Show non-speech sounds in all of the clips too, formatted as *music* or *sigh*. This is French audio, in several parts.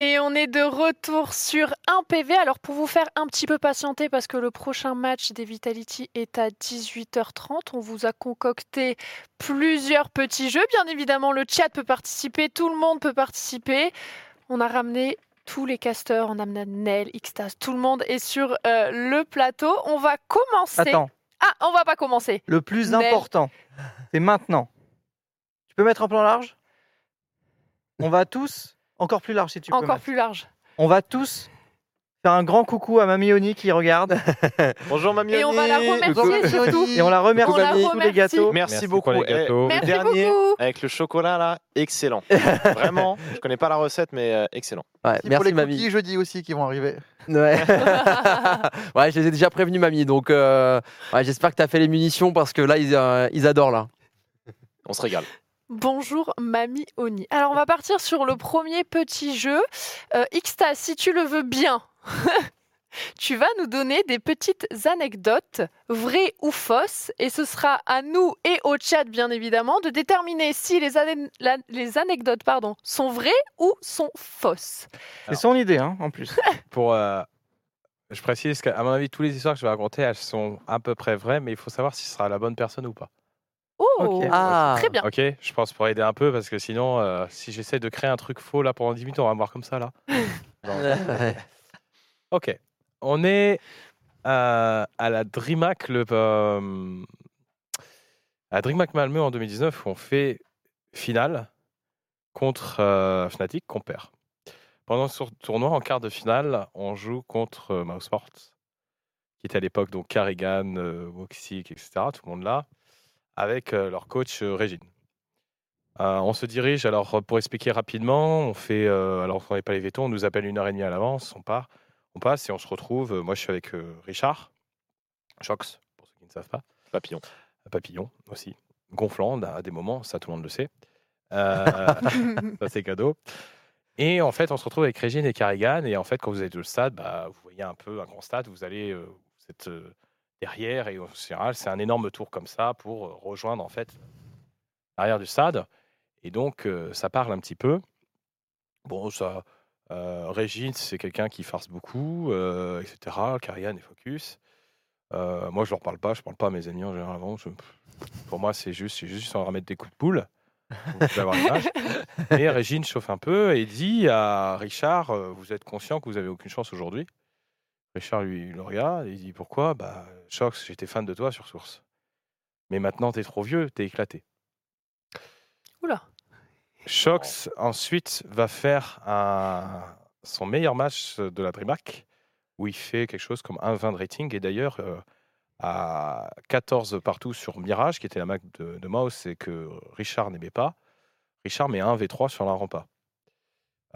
Et on est de retour sur un PV. Alors pour vous faire un petit peu patienter, parce que le prochain match des Vitality est à 18h30, on vous a concocté plusieurs petits jeux. Bien évidemment, le chat peut participer, tout le monde peut participer. On a ramené tous les casteurs, on a amené Nel, Xtas, tout le monde est sur euh, le plateau. On va commencer. Attends, Ah, on va pas commencer. le plus Mais- important, c'est maintenant. Tu peux mettre un plan large On va tous, encore plus large si tu peux. Encore Matt. plus large. On va tous faire un grand coucou à Mamie Oni qui *laughs* regarde Bonjour mamie. Et on va la Oni. remercier surtout. et on la remercie On la pour tous les remercie. gâteaux. Merci, Merci beaucoup. pour les Eh, gâteaux. le Merci dernier beaucoup. avec le chocolat là, excellent. *laughs* Vraiment, je connais pas la recette mais euh, excellent. Ouais, Merci pour merci les mamie. cookies jeudi aussi qui vont arriver. *laughs* Ouais. *laughs* ouais, je les ai déjà prévenus mamie, donc euh, ouais, j'espère que t'as fait les munitions parce que là ils, euh, ils adorent là. On se régale. Bonjour Mamie Oni. Alors on va partir sur le premier petit jeu. Euh, Ixta, si tu le veux bien, *laughs* tu vas nous donner des petites anecdotes, vraies ou fausses, et ce sera à nous et au chat bien évidemment de déterminer si les, ane- la- les anecdotes pardon, sont vraies ou sont fausses. C'est son idée, hein, en plus. Ah. Pour, euh, je précise qu'à mon avis, tous les histoires que je vais raconter, elles sont à peu près vraies, mais il faut savoir si ce sera la bonne personne ou pas. Oh, Ok. Ah. *laughs* très bien. Ok, je pense pour aider un peu parce que sinon, euh, si j'essaie de créer un truc faux là pendant 10 minutes, on va voir comme ça là. *laughs* Ouais. Ok, on est euh, à la DreamHack le euh, à DreamHack Malmö en 2019 où on fait finale contre euh, Fnatic qu'on perd. Pendant ce tournoi en quart de finale, on joue contre euh, Mouseport, qui était à l'époque donc Carrigan, euh, Woxic, etc. Tout le monde là, avec euh, leur coach euh, Régine. Euh, on se dirige, alors euh, pour expliquer rapidement, on fait, euh, alors qu'on n'est pas les vétons, on nous appelle une heure et demie à l'avance, on part, on passe et on se retrouve. euh, moi je suis avec euh, Richard, Jox, pour ceux qui ne savent pas, Papillon. Papillon aussi, Gonflant à des moments, ça tout le monde le sait. Euh, *laughs* ça c'est cadeau. Et en fait, on se retrouve avec Régine et Carrigan. Et en fait, quand vous êtes au stade, bah, vous voyez un peu un grand stade. Vous allez, euh, vous êtes euh, derrière et en général, c'est un énorme tour comme ça pour euh, rejoindre en fait l'arrière du stade. Et donc, euh, ça parle un petit peu. Bon, ça, euh, Régine, c'est quelqu'un qui farce beaucoup, euh, etc. Carrigan est focus. Euh, moi, je leur parle pas. Je parle pas à mes amis en général. Vraiment, je- Pour moi, c'est juste, c'est juste en remettre des coups de poule. Vous pouvez avoir l'image. Et Régine chauffe un peu et dit à Richard euh, Vous êtes conscient que vous avez aucune chance aujourd'hui Richard lui le regarde et il dit Pourquoi Bah, Chox, j'étais fan de toi sur Source. Mais maintenant, t'es trop vieux, t'es éclaté. Oula. Chox ensuite va faire un- son meilleur match de la DreamHack où il fait quelque chose comme un 20 de rating et d'ailleurs euh, à 14 partout sur Mirage qui était la Mac de, de Mouse et que Richard n'aimait pas. Richard met un V3 sur la rampa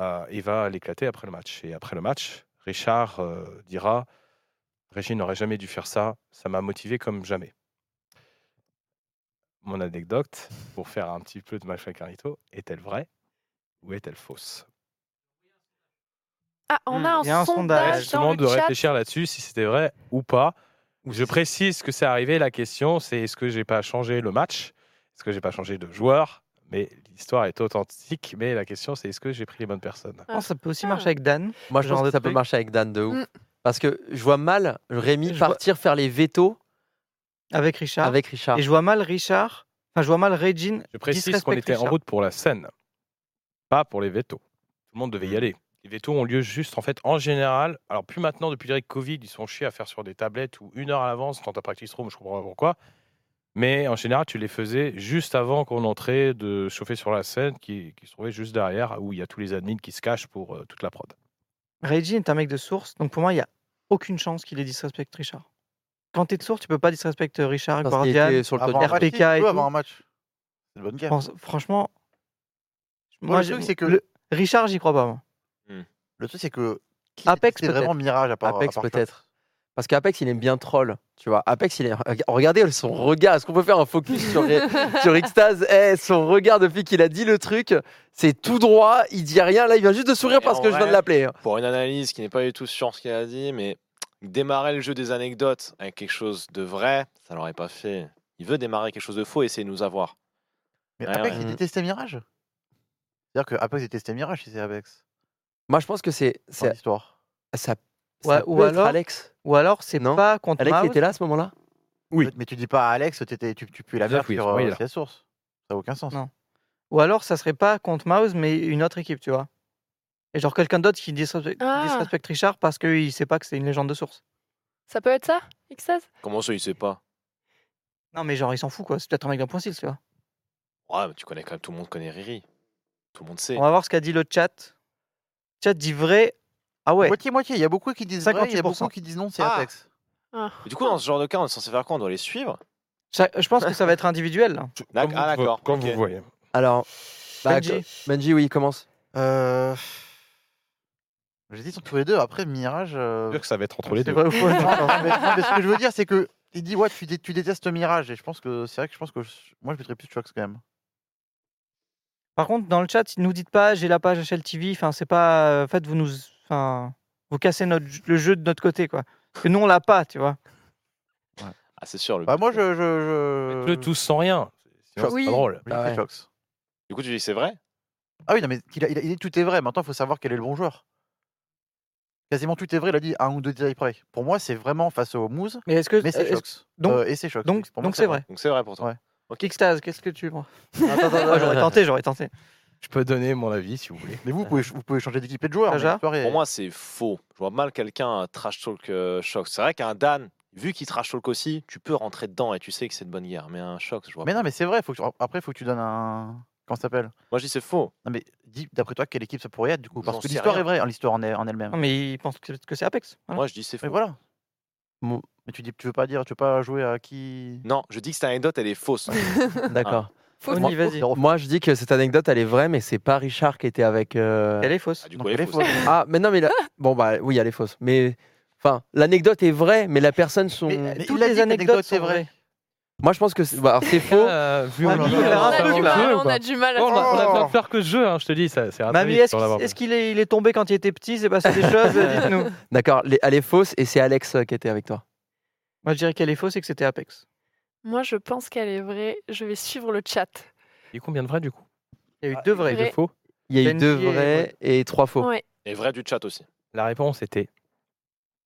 euh, et va l'éclater après le match. Et après le match, Richard euh, dira Régine n'aurait jamais dû faire ça, ça m'a motivé comme jamais. Mon anecdote, pour faire un petit peu de Malfa Carnito, est-elle vraie ou est-elle fausse Ah, on a Hmm, un, il y a un sondage, sondage. Je Bah, dans demande le de chat. réfléchir là-dessus si c'était vrai ou pas. Je précise que c'est arrivé. La question, c'est est-ce que j'ai pas changé le match Est-ce que j'ai pas changé de joueur Mais l'histoire est authentique. Mais la question, c'est est-ce que j'ai pris les bonnes personnes Je pense que ça peut aussi marcher avec Dan. Moi je Genre pense de que ça peut truc. marcher avec Dan de ouf. Mm. Parce que je vois mal Rémi Je vois- partir faire les vétos Avec Richard. avec Richard. Et je vois mal Richard. Enfin, je vois mal Regine. Je précise qu'on était en route pour la scène, pas pour les vétos. Tout le monde devait y aller. Les vétos ont lieu juste, en fait, en général. Alors, plus maintenant, depuis le Covid, ils sont chiés à faire sur des tablettes ou une heure à l'avance dans ta practice room, je comprends pas pourquoi. Mais en général, tu les faisais juste avant qu'on entrait de chauffer sur la scène qui, qui se trouvait juste derrière où il y a tous les admins qui se cachent pour euh, toute la prod. Regine est un mec de source, donc pour moi, il n'y a aucune chance qu'il ait disrespect Richard. Quand t'es de source, tu peux pas disrespect Richard, Parce qu'il était Guardian. sur le Avant podium. un match, RPK il peut et avoir tout. un match. C'est une bonne guerre. Pense- Franchement. Moi, le j'ai- truc, c'est que- le- Richard, j'y crois pas, moi. Le truc, c'est que. qui Apex, C'est vraiment Mirage à part. Apex à part peut-être. Parce qu'Apex, il aime bien troll. Tu vois, Apex, il est. Regardez son regard. Est-ce qu'on peut faire un focus sur, *laughs* sur Extase Eh, Son regard depuis qu'il a dit le truc, c'est tout droit. Il dit rien. Là, il vient juste de sourire Et parce en que je viens vrai- de l'appeler. hein. Pour une analyse qui n'est pas du tout sur ce qu'elle a dit, mais démarrer le jeu des anecdotes avec quelque chose de vrai, ça l'aurait pas fait. Il veut démarrer quelque chose de faux et essayer de nous avoir. Mais Ouais, Apex, Ah ouais. il détestait Mirage. C'est-à-dire que Apex détestait Mirage, si c'est Apex. Moi, je pense que c'est. C'est c'est- l'histoire. Ça, ça Ouais, peut ou être alors- Alex. Ou alors, c'est Non. pas contre Alex, il Mouse. était là à ce moment-là Oui. Mais tu dis pas à Alex, t'étais- tu, tu pues la Bien merde sûr, oui, sur oui, euh, là. la source. Ça n'a aucun sens. Non. Ou alors, ça serait pas contre Mouse, mais une autre équipe, tu vois. Et genre quelqu'un d'autre qui disrespe- Ah. disrespecte Richard parce qu'il sait pas que c'est une légende de source. *laughs* Ça peut être ça, Xaz Comment ça, il sait pas Non, mais genre, il s'en fout, quoi. C'est peut-être un mec d'un point six, tu vois. Ouais, mais tu connais quand même, tout le monde connaît Riri. Tout le monde sait. On va voir ce qu'a dit le chat. Le chat dit vrai. Ah ouais. Moitié-moitié, il y a beaucoup qui disent vrai, il y a 58%. beaucoup qui disent non, c'est Ah. Alex. Mais Du coup, dans ce genre de cas, on est censé faire quoi On doit les suivre Ça- je pense que *laughs* ça va être individuel. là. D'ac- Comme Ah, vous- d'accord. Comme ok. vous voyez. Alors. bah, Benji. co- Benji, oui, commence. Euh... J'hésite entre les deux. Après, Mirage. euh, C'est sûr que ça va être entre les C'est deux. vrai ou faux, *laughs* je pense. mais, non, mais ce que je veux dire, c'est que il dit ouais, tu, dé- tu détestes Mirage, et je pense que c'est vrai que je pense que je- moi je mettrais plus Chucks quand même. Par contre, dans le chat, ne nous dites pas j'ai la page HLTV. Enfin, c'est pas. En fait, vous nous. Enfin, vous cassez notre, le jeu de notre côté, quoi. Parce que nous, on l'a pas, tu vois. Ah, c'est sûr. Le... Bah moi je je, je... Le tous sans rien. Sinon, Oui. C'est pas drôle. je dis Bah, Ah ouais. Chucks. Du coup, tu dis c'est vrai Ah oui, non mais il a, il a- il dit tout est vrai. Maintenant, il faut savoir quel est le bon joueur. Quasiment tout est vrai. Il a dit un ou deux détails près. Pour moi, c'est vraiment face au Moose, Mais est-ce que. mais c'est est-ce- Chucks. donc- Euh, et c'est Chucks. Donc, Pour moi, donc c'est vrai. Donc c'est vrai pour toi. Ouais. Kickstase, qu'est-ce que tu. Attends, attends, attends, j'aurais tenté, j'aurais tenté. Je peux donner mon avis si vous voulez. Mais vous pouvez vous pouvez changer d'équipe et de joueur. mais Jaja l'histoire est- Pour moi, c'est faux. Je vois mal quelqu'un euh, trash talk euh, Shox. C'est vrai qu'un Dan, vu qu'il trash talk aussi, tu peux rentrer dedans et tu sais que c'est de bonne guerre. Mais un Shox, je vois Mais pas. non, mais c'est vrai. Faut que tu- Après, faut que tu donnes un. Comment ça s'appelle Moi, je dis c'est faux. Non mais dis d'après toi quelle équipe ça pourrait être du coup parce J'en que sais l'histoire rien. est vraie, hein, l'histoire en, est- en elle-même. Non, mais il pense que, que c'est Apex. voilà. Moi, je dis c'est Hein Mais faux. voilà. Bon. Mais tu dis, tu veux pas dire, tu veux pas jouer à qui Non, je dis que cette anecdote, elle est *laughs* fausse. D'accord. Faux. Ah. Oni, vas-y. Moi, je dis que cette anecdote, elle est vraie, mais c'est pas Richard qui était avec. euh, Elle est fausse. Ah, du Non, coup, elle est elle est fausse. Ah, mais non, *laughs* mais la- bon, bah oui, elle est fausse. Mais enfin, l'anecdote est vraie, mais la personne sont. Mais Toutes il a dit les que anecdotes, l'anecdote c'est est vraie. vrai. *laughs* Moi, je pense que c'est bah, alors, *laughs* c'est faux. Euh, vu Ouais, on mais en il a a- un ça peu on, a du du va en mal, jeu, on quoi. a du mal à Oh, se on a- on faire a comprendre. besoin de faire que ce jeu, hein, je te dis, ça, c'est un Mamie, est-ce qu'il- est-ce qu'il est, il est tombé quand il était petit C'est *laughs* passé des choses Dites-nous. D'accord, les- elle est fausse et c'est Alex euh, qui était avec toi. Moi, je dirais qu'elle est fausse et que c'était Apex. Moi, je pense qu'elle est vraie. Je vais suivre le chat. Il y a combien de vrais du coup Il y a eu deux Et vrais. vrai. de faux Il y a eu Benji deux et- vrais et trois faux. Ouais. Et vrai du chat aussi. La réponse était.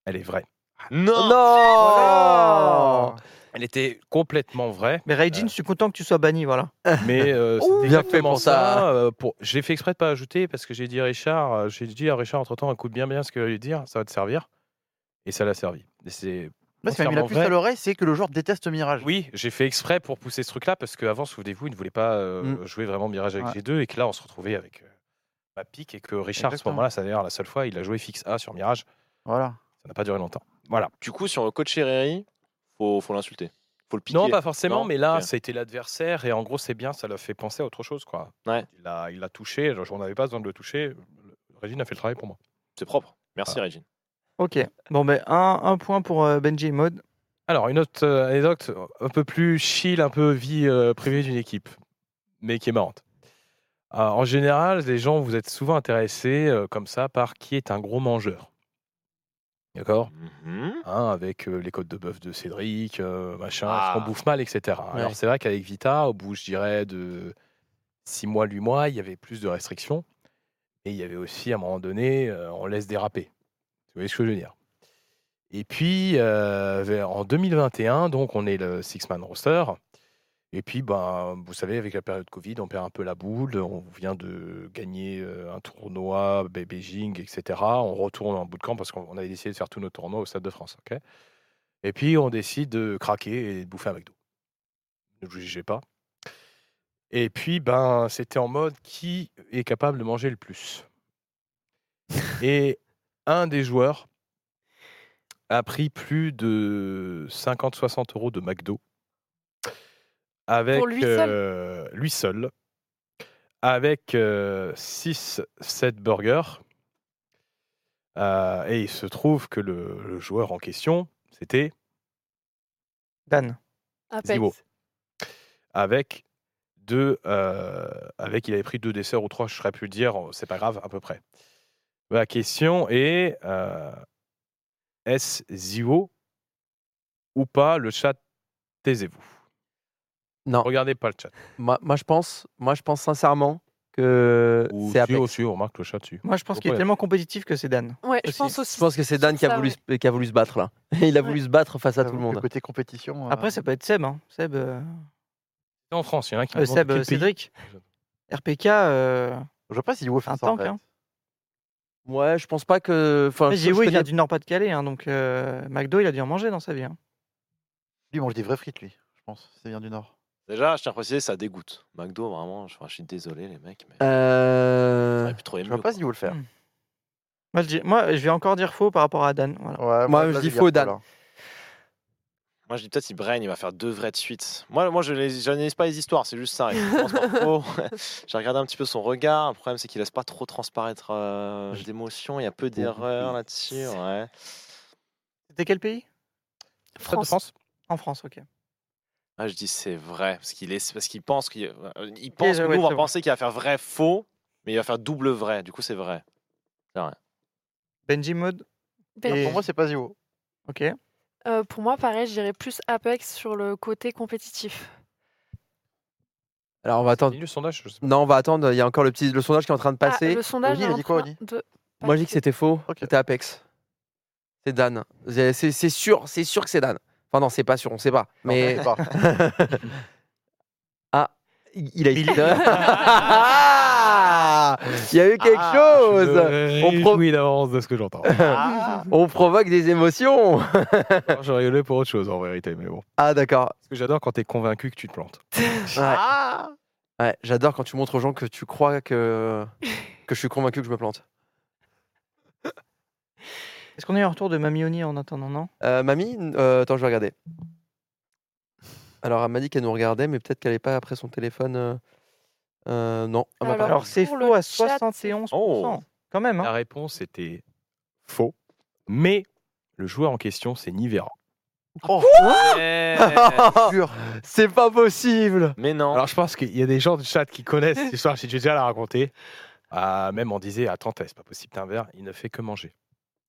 Elle est vraie. Ah, Non, oh Non Oh Oh. Voilà. Elle était complètement vraie, Mais Raijin, je suis content que tu sois banni, voilà. mais *laughs* euh, Ouh, c'était bien fait exactement pour ça. ça. euh, pour... J'ai fait exprès de pas ajouter parce que j'ai dit à Richard, euh, j'ai dit à Richard entre temps, écoute bien bien ce que je vais dire, ça va te servir. Et ça l'a servi. Et c'est Moi, ce qui m'a mis la Concernant puce vrai- à l'oreille, c'est que le joueur déteste Mirage. Oui, j'ai fait exprès pour pousser ce truc-là parce qu'avant, souvenez-vous, il ne voulait pas euh, Mm. jouer vraiment Mirage avec Ouais. G2 et que là, on se retrouvait avec euh, ma pique et que Richard, à ce Exactement. moment-là, c'est d'ailleurs la seule fois, il a joué fixe A sur Mirage. Voilà. Ça n'a pas duré longtemps. Voilà. Du coup, si on veut coacher Riri, faut, faut l'insulter. Faut le piquer. Non, pas forcément, Non mais là, Ok. c'était l'adversaire et en gros, c'est bien, ça l'a fait penser à autre chose. quoi. Ouais. Il l'a il l'a touché, genre, on n'avait pas besoin de le toucher. Régine a fait le travail pour moi. C'est propre. Merci, Ah. Régine. Ok. Bon, ben, un, un point pour euh, Benji et Maud. Alors, une autre euh, anecdote un peu plus chill, un peu vie euh, privée d'une équipe, mais qui est marrante. Euh, en général, les gens, vous êtes souvent intéressés euh, comme ça par qui est un gros mangeur. D'accord Mhm. Hein, Avec euh, les côtes de bœuf de Cédric, euh, machin, Ah. on bouffe mal, etc. Alors, Ouais. c'est vrai qu'avec Vita, au bout, je dirais, de 6 mois, 8 mois, il y avait plus de restrictions. Et il y avait aussi, à un moment donné, euh, on laisse déraper. Vous voyez ce que je veux dire Et puis, euh, vers- en 2021, donc, on est le six-man roster. Et puis, ben, vous savez, avec la période Covid, on perd un peu la boule. On vient de gagner euh, un tournoi, Be- Beijing, etc. On retourne en bootcamp parce qu'on on avait décidé de faire tous nos tournois au Stade de France. ok et puis, on décide de craquer et de bouffer un McDo. Ne vous jugez pas. Et puis, ben, c'était en mode qui est capable de manger le plus. Et un des joueurs a pris plus de 50-60 euros de McDo avec Pour lui seul euh, lui seul, avec 6-7 burgers. Euh, et il se trouve que le, le joueur en question, c'était Dan. Apex. Zero. avec deux, euh, avec il avait pris deux desserts ou trois, je saurais plus le dire, c'est pas grave à peu près. La question est euh, est-ce Zio ou pas le chat Taisez-vous. Non. Regardez pas le chat. Moi, moi, je pense, moi, je pense sincèrement que Ou Euh, si, c'est Apex. oh, si, on remarque le chat dessus. Moi, je pense qu'il est Pourquoi tellement compétitif que c'est Dan. Ouais, je Aussi. pense Je aussi. pense que c'est Dan qui a, Ça, voulu, qui a voulu se battre là. *laughs* Et il a voulu se battre face à J'avoue tout le que monde. Côté compétition. euh, Après, ça peut être Seb. hein. Seb, euh, C'est en France, il y en a un Ah, qui euh, invente Seb quel euh, pays Cédric. RPK, euh, Je sais pas si WoW fait un ça. en tank. fait. Hein. Ouais, je pense pas que. Enfin, Après, je- Jio, je il vient connais- du Nord-Pas-de-Calais. hein, donc, euh, McDo, il a dû en manger dans sa vie. hein. Lui, il mange des vraies frites, lui, je pense. C'est bien du Nord. Déjà, je tiens à préciser, ça dégoûte. McDo, vraiment, je, enfin, je suis désolé, les mecs, mais Euh, j'aurais pu trouver Je mieux. vois pas si vous le faire. Mm. Moi je, dis- moi, je vais encore dire faux par rapport à Dan. voilà. Ouais, Mmh. Moi, je là, dis vais dire faux, faux, Dan. là. Moi, je dis peut-être si Brain, il va faire deux vraies de suite. Moi, moi je les- j'analyse pas les histoires, c'est juste ça. Il commence par *laughs* faux. J'ai regardé un petit peu son regard. Le problème, c'est qu'il laisse pas trop transparaître euh, d'émotions. Il y a peu d'erreurs là-dessus. Ouais. C'était quel pays Stade de France. France En France, ok. Ah, je dis c'est vrai parce qu'il est parce qu'il pense qu'il euh, il pense que ouais, nous on va c'est vrai. penser qu'il va faire vrai faux, mais il va faire double vrai. Du coup, c'est vrai. Benji Mode, Ben, Pour moi, c'est pas Zio. ok. euh, pour moi, pareil, je dirais plus Apex sur le côté compétitif. Alors, on va attendre. Continue le sondage, je sais pas. Non, on va attendre. Il y a encore le petit le sondage qui est en train de Ah, passer. le sondage Oli, est il a en dit quoi, train Oli de Moi, je dis que passer. c'était faux. Ok. C'était Apex. C'est Dan. C'est c'est- c'est sûr, c'est sûr que c'est Dan. Enfin, non, c'est pas sûr, on sait pas. Non, Mais *laughs* je sais pas. il il a eu. Ah *laughs* Il y a eu quelque Ah, chose. Je Oh, on me pro- réjouis d'avance de ce que j'entends. On provoque des émotions. J'aurais eu pour autre chose en vérité, mais bon. Ah, d'accord. Parce que j'adore quand t'es convaincu que tu te plantes. Ouais. Ouais, j'adore quand tu montres aux gens que tu crois que, que je suis convaincu que je me plante. Est-ce qu'on a eu un retour de Mamioni en attendant, non Euh, mamie, euh, attends, je vais regarder. Alors, elle m'a dit qu'elle nous regardait, mais peut-être qu'elle n'est pas après son téléphone. euh, euh, non. elle m'a pas- Alors, Alors, c'est pour faux le à chat, c'est 71%. Oh. Quand même, Ah, hein. La réponse était faux, mais le joueur en question, c'est Nivera. Ah, Oh, Mais, dur. *laughs* C'est pas possible mais non. Alors je pense qu'il y a des gens du chat qui connaissent *laughs* cette histoire, j'ai déjà la raconter. Ah, même on disait, attends, t'as- c'est pas possible, t'as un verre, il ne fait que manger.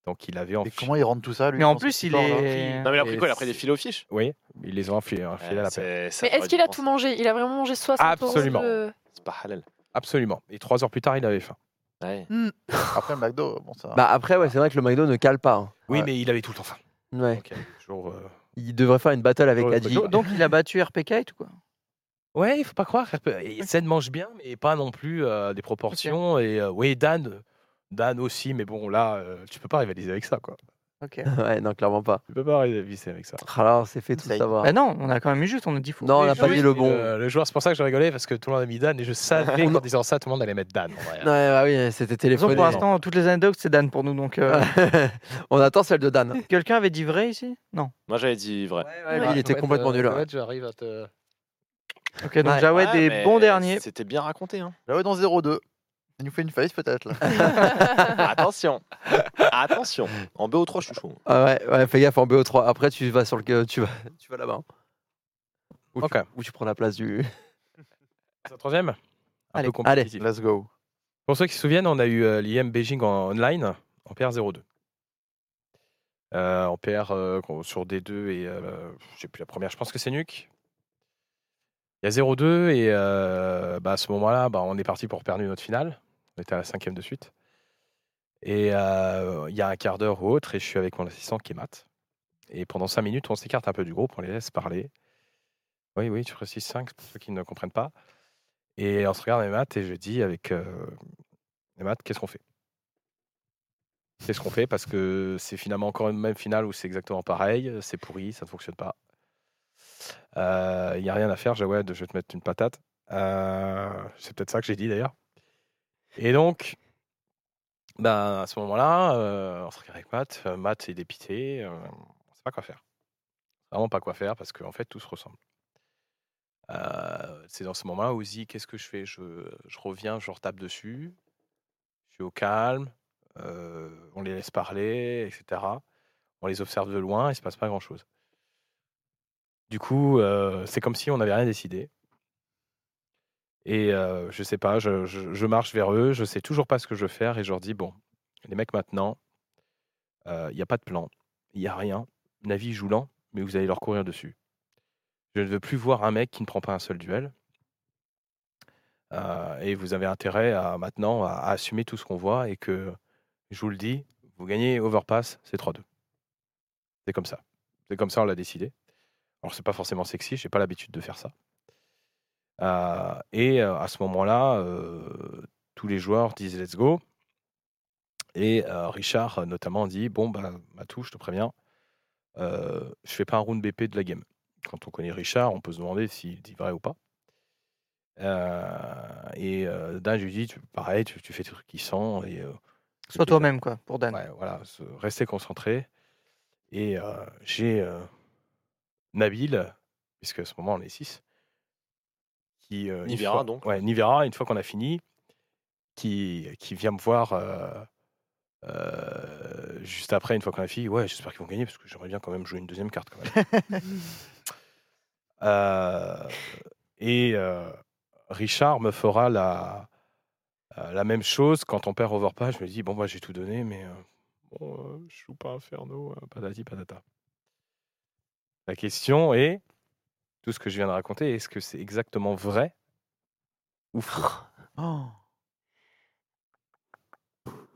Donc il avait Mais enfui. comment il rentre tout ça, lui Mais en dans plus, ce il corps, là est. hein. non mais il a pris Et quoi Il a pris des fils aux fiches Oui, ils les ont enfilés, enfilés à la pelle. Mais est-ce qu'il a tout mangé Il a vraiment mangé 60 euros Absolument. de- C'est pas halal. Absolument. Et trois heures plus tard, il avait faim. Ouais. *laughs* Mm. Après le McDo, bon, ça. Bah après, ouais, c'est vrai que le McDo ne cale pas. hein. Oui, Ouais. mais il avait tout le temps faim. Ouais. Donc, il y avait toujours, euh, Il devrait faire une battle avec Ouais, Adji. bah, Do- Donc, il a battu RPK et tout, quoi. Ouais, il faut pas croire. Sen mange bien, mais pas non plus euh, des proportions. Et euh, oui, Dan, Dan aussi, mais bon, là, euh, tu peux pas rivaliser avec ça, quoi. Ok. *laughs* ouais, non, clairement pas. Tu peux pas rivaliser avec ça. Alors, on s'est fait tout Ça y est. savoir. Bah non, on a quand même eu juste, on a dit faux. Non, on Et n'a pas oui, dit Ah, le bon. Euh, le joueur, c'est pour ça que je rigolais parce que tout le monde a mis Dan et je savais qu'en disant ça, tout le monde allait mettre Dan. en vrai. Ouais, bah oui, c'était De toute façon, téléphoné. pour l'instant, toutes les anecdotes, c'est Dan pour nous. Donc, euh, Ah. *laughs* on attend celle de Dan. quelqu'un avait dit vrai ici Non. Moi j'avais dit vrai. lui, Ah, il était complètement nul, hein. ouais. euh, J'arrive à te. Ok, donc Ouais. Jawed Ouais, est mais bon dernier. C'était bien raconté. Hein. Là, ouais, dans 0-2. Il nous fait une face, peut-être, là. Ah, Attention. Attention. En BO3, je suis chaud. Ah ouais, ouais, fais gaffe en BO3. Après, tu vas sur le, tu vas, *laughs* tu vas là-bas. hein. Ou, tu- Ok. ou tu prends la place du. C'est un troisième Un Allez, peu compétitif. Let's go. Pour ceux qui se souviennent, on a eu euh, l'IM Beijing en online en PR02. Euh, en PR euh, qu'on- sur D2 et euh, je sais plus la première, je pense que c'est Nuke. Il y a 0-2 et euh, bah, à ce moment-là, bah, on est parti pour perdre notre finale. On était à la cinquième de suite. Et euh, il y a un quart d'heure ou autre et je suis avec mon assistant qui est Matt. Et pendant cinq minutes, on s'écarte un peu du groupe, on les laisse parler. Oui, oui, tu précises 5 pour ceux qui ne comprennent pas. Et on se regarde les maths et je dis avec euh, les maths, qu'est-ce qu'on fait Qu'est-ce qu'on fait Parce que c'est finalement encore une même finale où c'est exactement pareil, c'est pourri, ça ne fonctionne pas. Euh, Il n'y a rien à faire, Jawed, je vais te mettre une patate. Euh, c'est peut-être ça que j'ai dit d'ailleurs. Et donc, ben, à ce moment-là, euh, on se regarde avec Matt. Euh, Matt est dépité, euh, on ne sait pas quoi faire. Vraiment pas quoi faire parce qu'en fait, tout se ressemble. Euh, c'est dans ce moment-là où il se dit qu'est-ce que je fais je, je reviens, je retape dessus, je suis au calme, euh, on les laisse parler, etc. On les observe de loin, il ne se passe pas grand-chose. Du coup, euh, c'est comme si on n'avait rien décidé. Et euh, je sais pas, je, je- je marche vers eux, je sais toujours pas ce que je veux faire et je leur dis bon, les mecs, maintenant, euh, il n'y a pas de plan, il n'y a rien. Navi joue lent, mais vous allez leur courir dessus. Je ne veux plus voir un mec qui ne prend pas un seul duel. Euh, et vous avez intérêt à, maintenant à, à assumer tout ce qu'on voit et que, je vous le dis, vous gagnez Overpass, c'est 3-2. C'est comme ça. C'est comme ça, on l'a décidé. Alors, c'est pas forcément sexy, j'ai pas l'habitude de faire ça. Euh, et euh, à ce moment-là, euh, tous les joueurs disent let's go. Et euh, Richard, euh, notamment, dit Bon, bah, Matou, je te préviens, euh, je fais pas un round BP de la game. Quand on connaît Richard, on peut se demander s'il dit vrai ou pas. Euh, et euh, Dan lui dit tu- Pareil, tu, tu fais des trucs qui sont. Et, euh, Sois toi-même, quoi, pour Dan. Ouais, voilà, se- rester concentré. Et euh, j'ai euh, Nabil, puisque à ce moment on est 6, qui. euh, une Nivera, fois- donc. hein. Ouais, Nivera, une fois qu'on a fini, qui, qui vient me voir euh, euh, juste après, une fois qu'on a fini. Ouais, j'espère qu'ils vont gagner, parce que j'aimerais bien quand même jouer une deuxième carte. Quand même. *laughs* Euh, et euh, Richard me fera la. Euh, la même chose, quand on perd Overpass, je me dis, bon, moi j'ai tout donné, mais euh, bon, euh, je joue pas Inferno, euh, patati patata. La question est, tout ce que je viens de raconter, est-ce que c'est exactement vrai ou faux Oh,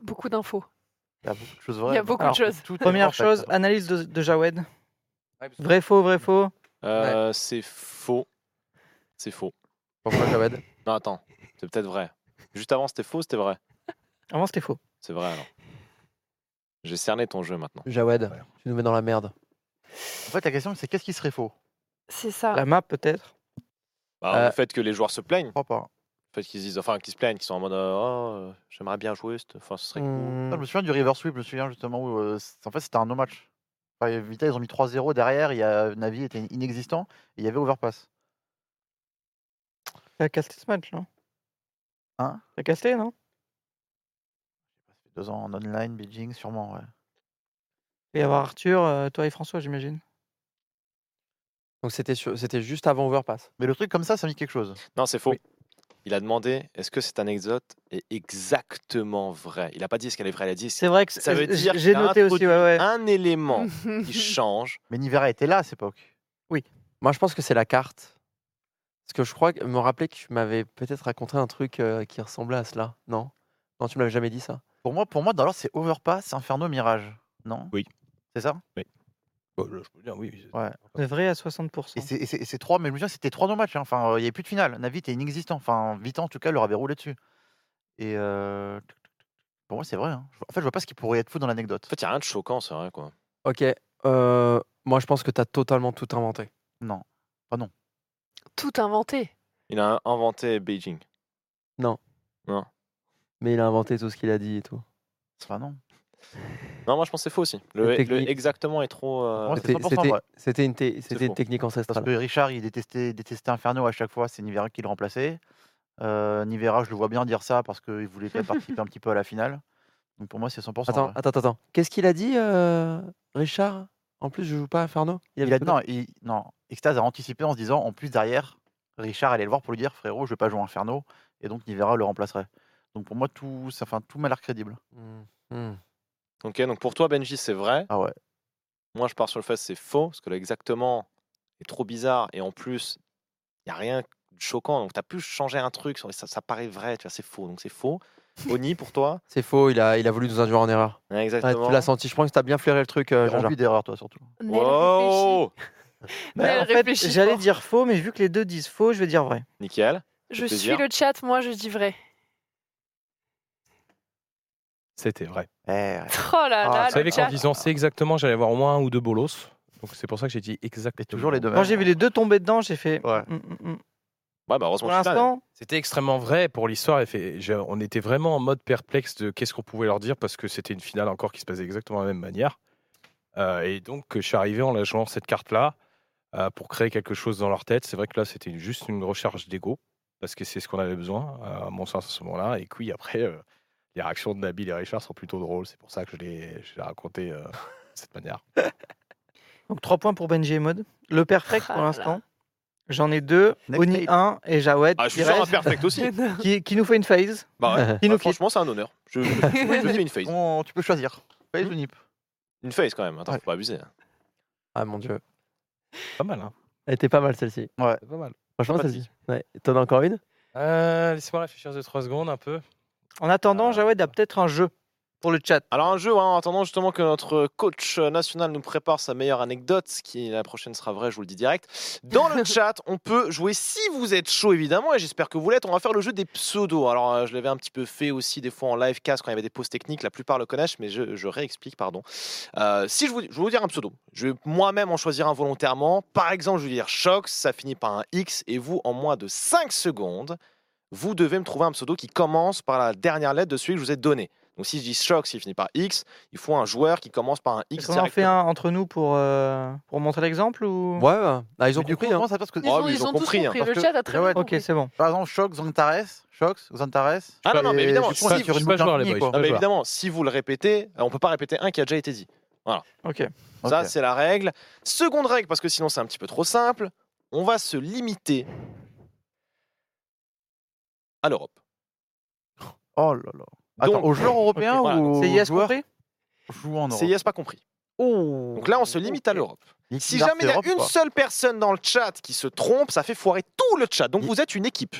Beaucoup d'infos. il y a beaucoup de choses Il vraies. y a beaucoup Alors, de choses. Tout est vrai, *laughs* en Première fait. chose, analyse de, de Jawed. Ouais, parce que- Vrai, faux, vrai, faux. Euh, C'est faux. C'est faux. Pourquoi Jawed Non, attends, c'est peut-être vrai. Juste avant, c'était faux, c'était vrai. Avant, c'était faux. C'est vrai alors. J'ai cerné ton jeu maintenant. *laughs* Jawed, Ouais. tu nous mets dans la merde. En fait, la question, c'est qu'est-ce qui serait faux Mmh. C'est ça. La map, peut-être. Bah, Euh. Le fait que les joueurs se plaignent, Je crois pas. le fait qu'ils se disent, enfin qu'ils se plaignent, qu'ils sont en mode, euh, oh, euh, j'aimerais bien jouer, cette- enfin ce serait Hmm. cool. Mmh. Putain, Je me souviens du River Sweep, je me souviens justement où euh, c- en fait c'était un no match. Enfin, et Vita, ils ont mis 3-0 derrière, il y a, Navi était inexistant et il y avait Overpass. T'as casté ce match, non Hein T'as casté, non Ça fait deux ans en online, Beijing, sûrement. Ouais. Il va y avoir Arthur, euh, toi et François, j'imagine. Donc c'était sur- c'était juste avant Overpass. Mais le truc comme ça, ça me dit quelque chose. Non, c'est faux. Oui. Il a demandé, est-ce que cette anecdote est exactement vraie Il a pas dit est-ce qu'elle est vraie, il a dit, c'est C'est vrai que Ça veut j- dire j'ai qu'il a noté aussi, introduit ouais, ouais. *laughs* un élément qui change. Mais Nivera était là à cette époque. Moi, je pense que c'est la carte. Parce que je crois que- me rappeler que tu m'avais peut-être raconté un truc euh, qui ressemblait à cela. Non Non, tu me l'avais jamais dit ça. Pour moi, pour moi dans l'ordre, c'est Overpass, Inferno, Mirage. Non Oui. C'est ça Bon, Bah, là, Je peux dire, oui. c'est- Ouais. C'est vrai à Et 60%. c'est- et c'est et c'est trois, mais je me souviens, c'était trois no matchs. hein. Enfin, euh, il n'y avait plus de finale. Navi était inexistant. Enfin, Vita, en tout cas, leur avait roulé dessus. Et euh, pour moi, c'est vrai. hein. Je vois- En fait, je vois pas ce qui pourrait être fou dans l'anecdote. En fait, il n'y a rien de choquant, c'est vrai quoi. Ok. euh, moi, je pense que tu as totalement tout inventé. Non. Tout inventé. Il a inventé Beijing. Mais il a inventé tout ce qu'il a dit et tout. Enfin, non. Non, moi je pense que c'est faux aussi. Le, Les le techniques. exactement est trop. euh, Ouais, c'est C'était 100% c'était- vrai. c'était une, té- c'était une faux. technique Parce ancestrale. que Richard, il détestait, détestait Inferno à chaque fois, c'est Nivera qui le remplaçait. Euh, Nivera, je le vois bien dire ça parce qu'il voulait quand même participer un petit peu à la finale. Donc pour moi, c'est 100%. Attends, vrai. attends, attends. Qu'est-ce qu'il a dit, euh, Richard En plus, je joue pas à Inferno il avait a, tout non, il- non, Extase a anticipé en se disant, en plus derrière, Richard allait le voir pour lui dire, frérot, je vais pas jouer Inferno, et donc Nivera le remplacerait. Donc pour moi, tout, ça, enfin, tout m'a l'air crédible. Hmm, hmm. Ok, donc pour toi Benji c'est vrai. Ah ouais. Moi je pars sur le fait que c'est faux, parce que là exactement est trop bizarre et en plus il n'y a rien de choquant. Donc tu as pu changer un truc, ça, ça paraît vrai, tu vois, c'est faux, donc c'est faux. Oni pour toi C'est faux, il a, il a voulu nous induire en erreur. Ouais, Ouais, Exactement. tu l'as senti, je pense que t'as bien flairé le truc, euh, J'ai Jean-Jean. envie d'erreur, toi, surtout. Nel Wow Bah, Mais elle en fait, réfléchit j'allais fort. dire faux, mais vu que les deux disent faux, je vais dire vrai. Nickel. réfléchit. Je suis plaisir. le chat, moi je dis vrai. C'était vrai. Eh, ouais. *laughs* Oh là Ah, là, vous le Vous savez qu'en chat. disant c'est exactement, j'allais avoir au moins un ou deux bolos. Donc c'est pour ça que j'ai dit exactement. Et toujours les deux Quand mêmes. j'ai vu les deux tomber dedans, j'ai fait. Ouais. Mm, mm, mm. Ouais, bah heureusement Pour que je suis là. l'instant, C'était extrêmement vrai pour l'histoire. et fait- j'ai- On était vraiment en mode perplexe de qu'est-ce qu'on pouvait leur dire parce que c'était une finale encore qui se passait exactement de la même manière. Euh, et donc, euh, je suis arrivé en la jouant cette carte-là euh, pour créer quelque chose dans leur tête. C'est vrai que là, c'était une- juste une recharge d'ego parce que c'est ce qu'on avait besoin, euh, à mon sens, à ce moment-là. Et que oui, après, euh, les réactions de Nabil et Richard sont plutôt drôles. C'est pour ça que je l'ai je l'ai raconté euh, de cette manière. donc 3 points pour Benji et Maud. Le perfect Ah pour là. l'instant. J'en ai deux. Next Oni tape. 1 et Jawed Ah, je suis qui, sur un reste, perfect aussi. qui, qui nous fait une phase. *laughs* Bah ouais. Qui Bah, nous fait- franchement, c'est un honneur. Je, *laughs* je- je fais une face. On- tu peux choisir. Face ou nip Une face quand même. Attends, Ouais. faut pas abuser. Ah mon dieu. Pas mal, hein Elle était pas mal celle-ci. C'est Pas mal. Franchement, Sympathique. celle-ci. Ouais. T'en as encore une Euh, Laissez-moi réfléchir de 3 secondes un peu. En attendant, Euh, Jawed a peut-être un jeu pour le chat. Alors un jeu, hein, en attendant justement que notre coach national nous prépare sa meilleure anecdote, ce qui la prochaine sera vraie, je vous le dis direct. Dans le chat, on peut jouer si vous êtes chaud évidemment, et j'espère que vous l'êtes, on va faire le jeu des pseudos. Alors euh, je l'avais un petit peu fait aussi des fois en live cast quand il y avait des pauses techniques, la plupart le connaissent, mais je, je réexplique, pardon. Euh, si je, vous, je vais vous dire un pseudo, je vais moi-même en choisir un volontairement. Par exemple, je vais dire Shox, ça finit par un X, et vous, en moins de 5 secondes, vous devez me trouver un pseudo qui commence par la dernière lettre de celui que je vous ai donné. Donc si je dis choc, s'il finit par X, il faut un joueur qui commence par un X. Est-ce qu'on en fait directement. un entre nous pour, euh, pour montrer l'exemple ou... Ouais, ouais. Ah, ils ont Oh, Mais du coup, compris. hein. comment ça se passe que- Ils Oh, ont- ils ont tous compris, hein, parce Le que- chat a très bien Ouais, Ok, compris. c'est bon. Par exemple, Shox, Zantares, Shox, Zantares. Ah non, non, mais Et évidemment, Euh, je si, suis pas je suis pas boucle joueur, les infinie, boys. non, mais joueur. évidemment, si vous le répétez, euh, on peut pas répéter un qui a déjà été dit. Ok. quoi. Ça, Ok. c'est la règle. Seconde règle, parce que sinon c'est un petit peu trop simple, on va se limiter à l'Europe. Oh là là. Attends, Donc- aux joueurs européens Ok, voilà, ou aux C'est yes joueurs compris jouant en Europe C'est yes pas compris. Donc là, on se limite à l'Europe. Ligue Si d'Arte jamais il y a Europe, une quoi. seule personne dans le chat qui se trompe, ça fait foirer tout le chat. Donc Il- vous êtes une équipe.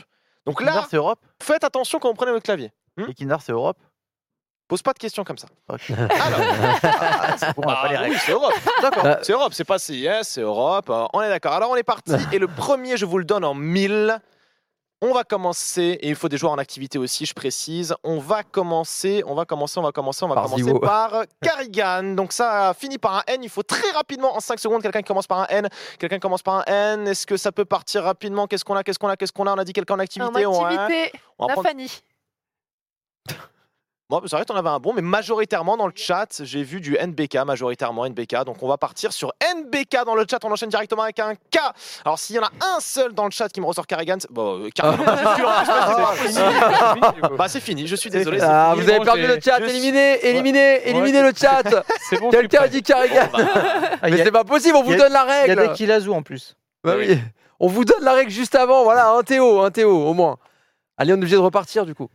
Donc Kinder, là, c'est Europe. faites attention quand vous prenez votre clavier. Et Kinder, c'est Europe. Pose pas de questions comme ça. Ok. *laughs* Alors, Ah, c'est bon, on a Bah pas les oui, règles. c'est Europe. Euh, C'est Europe, c'est pas CIS, c'est Europe. euh, on est d'accord. Alors on est *laughs* parti. Et le premier, je vous le donne en 1000. On va commencer, et il faut des joueurs en activité aussi, je précise. On va commencer, on va commencer, on va commencer, on va Par commencer Zivo. par euh, Carrigan. Donc ça finit par un N, il faut très rapidement, en 5 secondes, quelqu'un qui commence par un N, quelqu'un qui commence par un N. Est-ce que ça peut partir rapidement Qu'est-ce qu'on a Qu'est-ce qu'on a Qu'est-ce qu'on a On a dit quelqu'un en En activité. on a- activité, on la va prendre- Fanny. Bon, c'est vrai qu'on avait un bon, mais majoritairement dans le chat, j'ai vu du NBK, majoritairement NBK. Donc on va partir sur NBK dans le chat, on enchaîne directement avec un K. Alors s'il y en a un seul dans le chat qui me ressort Carrigan, c'est- bon, euh, Carrigan, c'est sûr, hein, c'est pas possible. *laughs* bah c'est fini, je suis désolé. c'est Ah, fini. vous avez perdu j'ai- le chat, je- éliminez, éliminez, éliminez le chat. C'est bon, je suis Quelqu'un prêt. dit Carrigan. Ah, Il Mais y, a- c'est pas possible, on y vous a- donne la il y a des règle. Kilazou en plus. Bah Oui, oui. On vous donne la règle juste avant, voilà, un Théo, un Théo au moins. Allez, on est obligé de repartir du coup.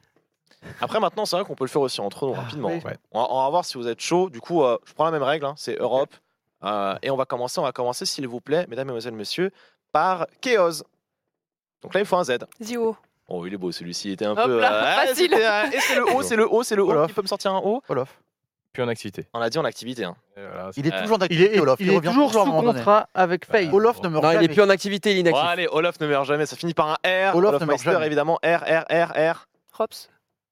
Après maintenant, c'est vrai qu'on peut le faire aussi entre nous Oh, rapidement. Ah, oui. Ouais. On, va, on va voir si vous êtes chaud. Du coup, euh, je prends la même règle, hein, c'est Europe. Euh, et on va commencer, on va commencer, s'il vous plaît, mesdames, mesdemoiselles, messieurs, par Chaos. Donc là, il faut un Z. Zio. Oh, il est beau celui-ci, il était un Hop peu. là, euh, facile. c'était, euh, et c'est le *laughs* haut, c'est le haut, c'est le haut. Olaf. Il peut me sortir un haut Olaf. Puis en activité. On l'a dit en activité. hein. Et voilà, c'est- Il est Euh, toujours Il est, d'actualité, Olaf. il est revient toujours sous à un moment donné. contrat avec Faye. Ouais. Olaf ne meurt Non, il est jamais. plus en activité, il est Bon, inactif. allez, Olaf ne meurt jamais, ça finit par un R. Olaf Olaf, ne meurt Meister, jamais. évidemment. R, R, R, R. Rops.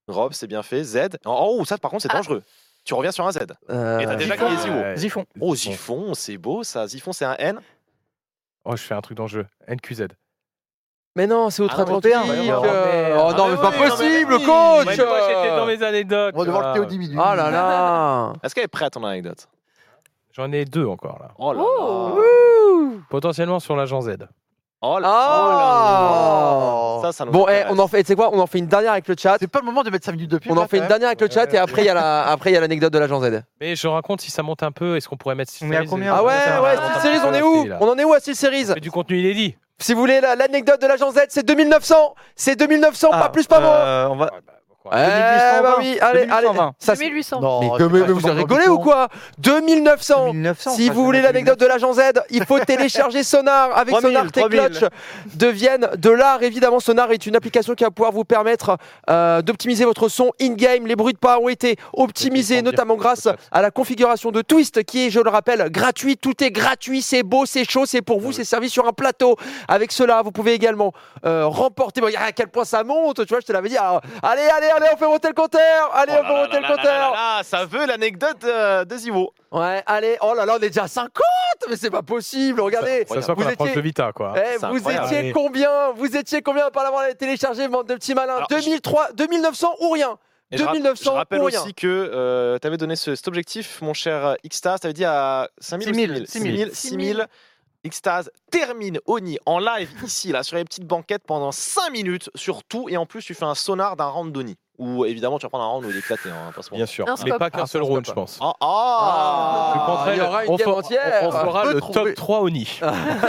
Rob, c'est bien fait. Z. Oh, oh, ça par contre, c'est Ah. dangereux. Tu reviens sur un Z. Euh, Et t'as déjà Zifon. gagné Zio. Ouais. Zifon. Oh, Zifon, c'est beau ça. Zifon, c'est un N. Oh, je fais un truc dans le jeu. NQZ. Mais non, c'est outre-Atlantique. Ah non, mais on perd, euh, on perd. Oh non, Ah, mais mais pas oui, non, mais possible, oui. coach. Ouais, moi, euh, j'étais dans mes anecdotes. On va devoir le là. Théo 10 minutes. Oh là là. Est-ce qu'elle est prête, ton anecdote J'en ai deux encore là. Oh là là. Oh. Potentiellement sur l'agent Z. *laughs* Oh là Ah. Oh. Ça, ça nous Bon, eh, intéresse. on en fait, tu sais quoi On en fait une dernière avec le chat. C'est pas le moment de mettre 5 minutes de pub. On là, en fait quand une dernière avec le chat et après il y a la- après, il y a l'anecdote de l'agent Z. Mais je raconte si ça monte un peu, est-ce qu'on pourrait mettre. On est à combien Ah ouais, Ah, ouais, ah, Steel ah, Series, on est où On en est où à Steel Series Du contenu inédit. Si vous voulez la- l'anecdote de l'agent Z, c'est 2900 C'est 2900, Ah, Oh, pas plus, pas moins euh, on va... Ouais, bah, pourquoi Eh pas. bah oui, allez, allez 2820. ça, c'est- 2800. même. Non, Mais, que- c'est pas- mais c'est vous pas rigolez ambition. ou quoi 2900 2900. si ça, vous c'est voulez bien. l'anecdote de l'agent Z, il faut télécharger Sonar. Avec 3000, Sonar, tes 3000. clutches deviennent de l'art. Évidemment, Sonar est une application qui va pouvoir vous permettre euh, d'optimiser votre son in-game. Les bruits de pas ont été optimisés, Et puis, sans notamment dire- grâce à la configuration de Twist, qui est, je le rappelle, gratuit. Tout est gratuit, c'est beau, c'est chaud, c'est pour Ah vous, c'est servi sur un plateau. Avec cela, vous pouvez également euh, remporter. Bon, regarde à quel point ça monte, tu vois, je te l'avais dit. Ah, allez, allez, allez, on fait monter le compteur Allez, Oh là on fait là monter là là le là compteur là là, ça veut l'anecdote euh, de Zivo. Ouais, allez, oh là là, on est déjà à 50 Mais c'est pas possible, regardez Ça sent Vous qu'on approche étiez- de Vita, quoi. Eh, C'est vous incroyable. étiez Allez. combien Vous étiez combien par l'avoir téléchargé, bande de petits malins Alors, 2003, 2900 ou rien Et je rapp- 2900 Je rappelle ou rien. aussi que tu avais donné ce- cet objectif, mon cher Xtaz. Tu avais dit à 5000 ou 6000, 6000 6000. 6000. Xtaz termine Oni en *laughs* live ici, là, sur les petites banquettes pendant 5 minutes sur tout. Et en plus, tu fais un sonar d'un round d'Oni. Ou évidemment, tu vas prendre un round où il est éclaté. hein, pas ce moment. Bien sûr. Un Mais stop. pas qu'un seul Ah, round, stop. je pense. Ah, ah Ah, Tu prendrais il y le- aura une on gamme fera- entière. On on fera On peut le trouver. top 3 au nid. *laughs*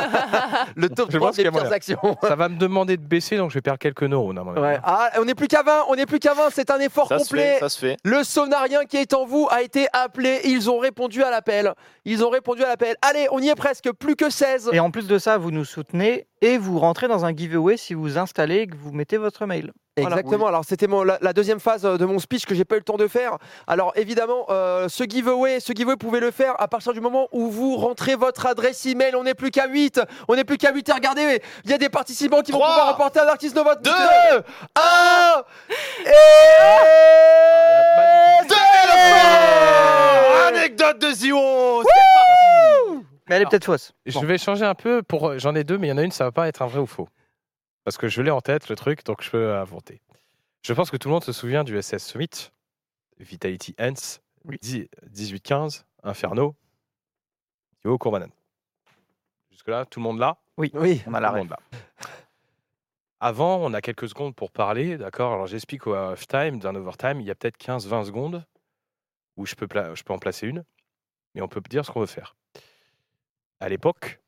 Le top Je 3 pense des qu'il y a pires moyen. actions. Ça va me demander de baisser, donc je vais perdre quelques neurones. à mon avis. *laughs* Ouais. Ah, on n'est plus qu'à 20, on n'est plus qu'à 20, c'est un effort Ça se complet. fait, ça se fait. Le sonarien qui est en vous a été appelé, ils ont répondu à l'appel. Ils ont répondu à l'appel. Allez, on y est presque, plus que 16. Et en plus de ça, vous nous soutenez et vous rentrez dans un giveaway si vous installez et que vous mettez votre mail. Voilà. Exactement. Alors c'était mon- la, la deuxième phase euh, de mon speech que j'ai pas eu le temps de faire. Alors évidemment, euh, ce giveaway, ce giveaway, vous pouvez le faire à partir du moment où vous rentrez votre adresse email. On n'est plus qu'à 8 On n'est plus qu'à 8 Et regardez, il y a des participants qui Trois, vont pouvoir remporter un artiste Nova. 2 1 Ah, Euh, Et Anecdote de Zio Mais elle est peut-être fausse. Je Bon. vais changer un peu. Pour... euh, J'en ai deux, mais il y en a une, ça va pas être un vrai ou faux. Parce que je l'ai en tête, le truc, donc je peux inventer. Je pense que tout le monde se souvient du SS Summit, Vitality Ends, 10 18-15, Inferno, Yo Courbanan. Jusque-là, tout le monde là Oui. On a Tout le l'arrêt. monde là. Avant, on a quelques secondes pour parler, d'accord Alors j'explique au halftime, d'un overtime, il y a peut-être 15-20 secondes où je peux, pla- je peux en placer une, mais on peut dire ce qu'on veut faire. À l'époque,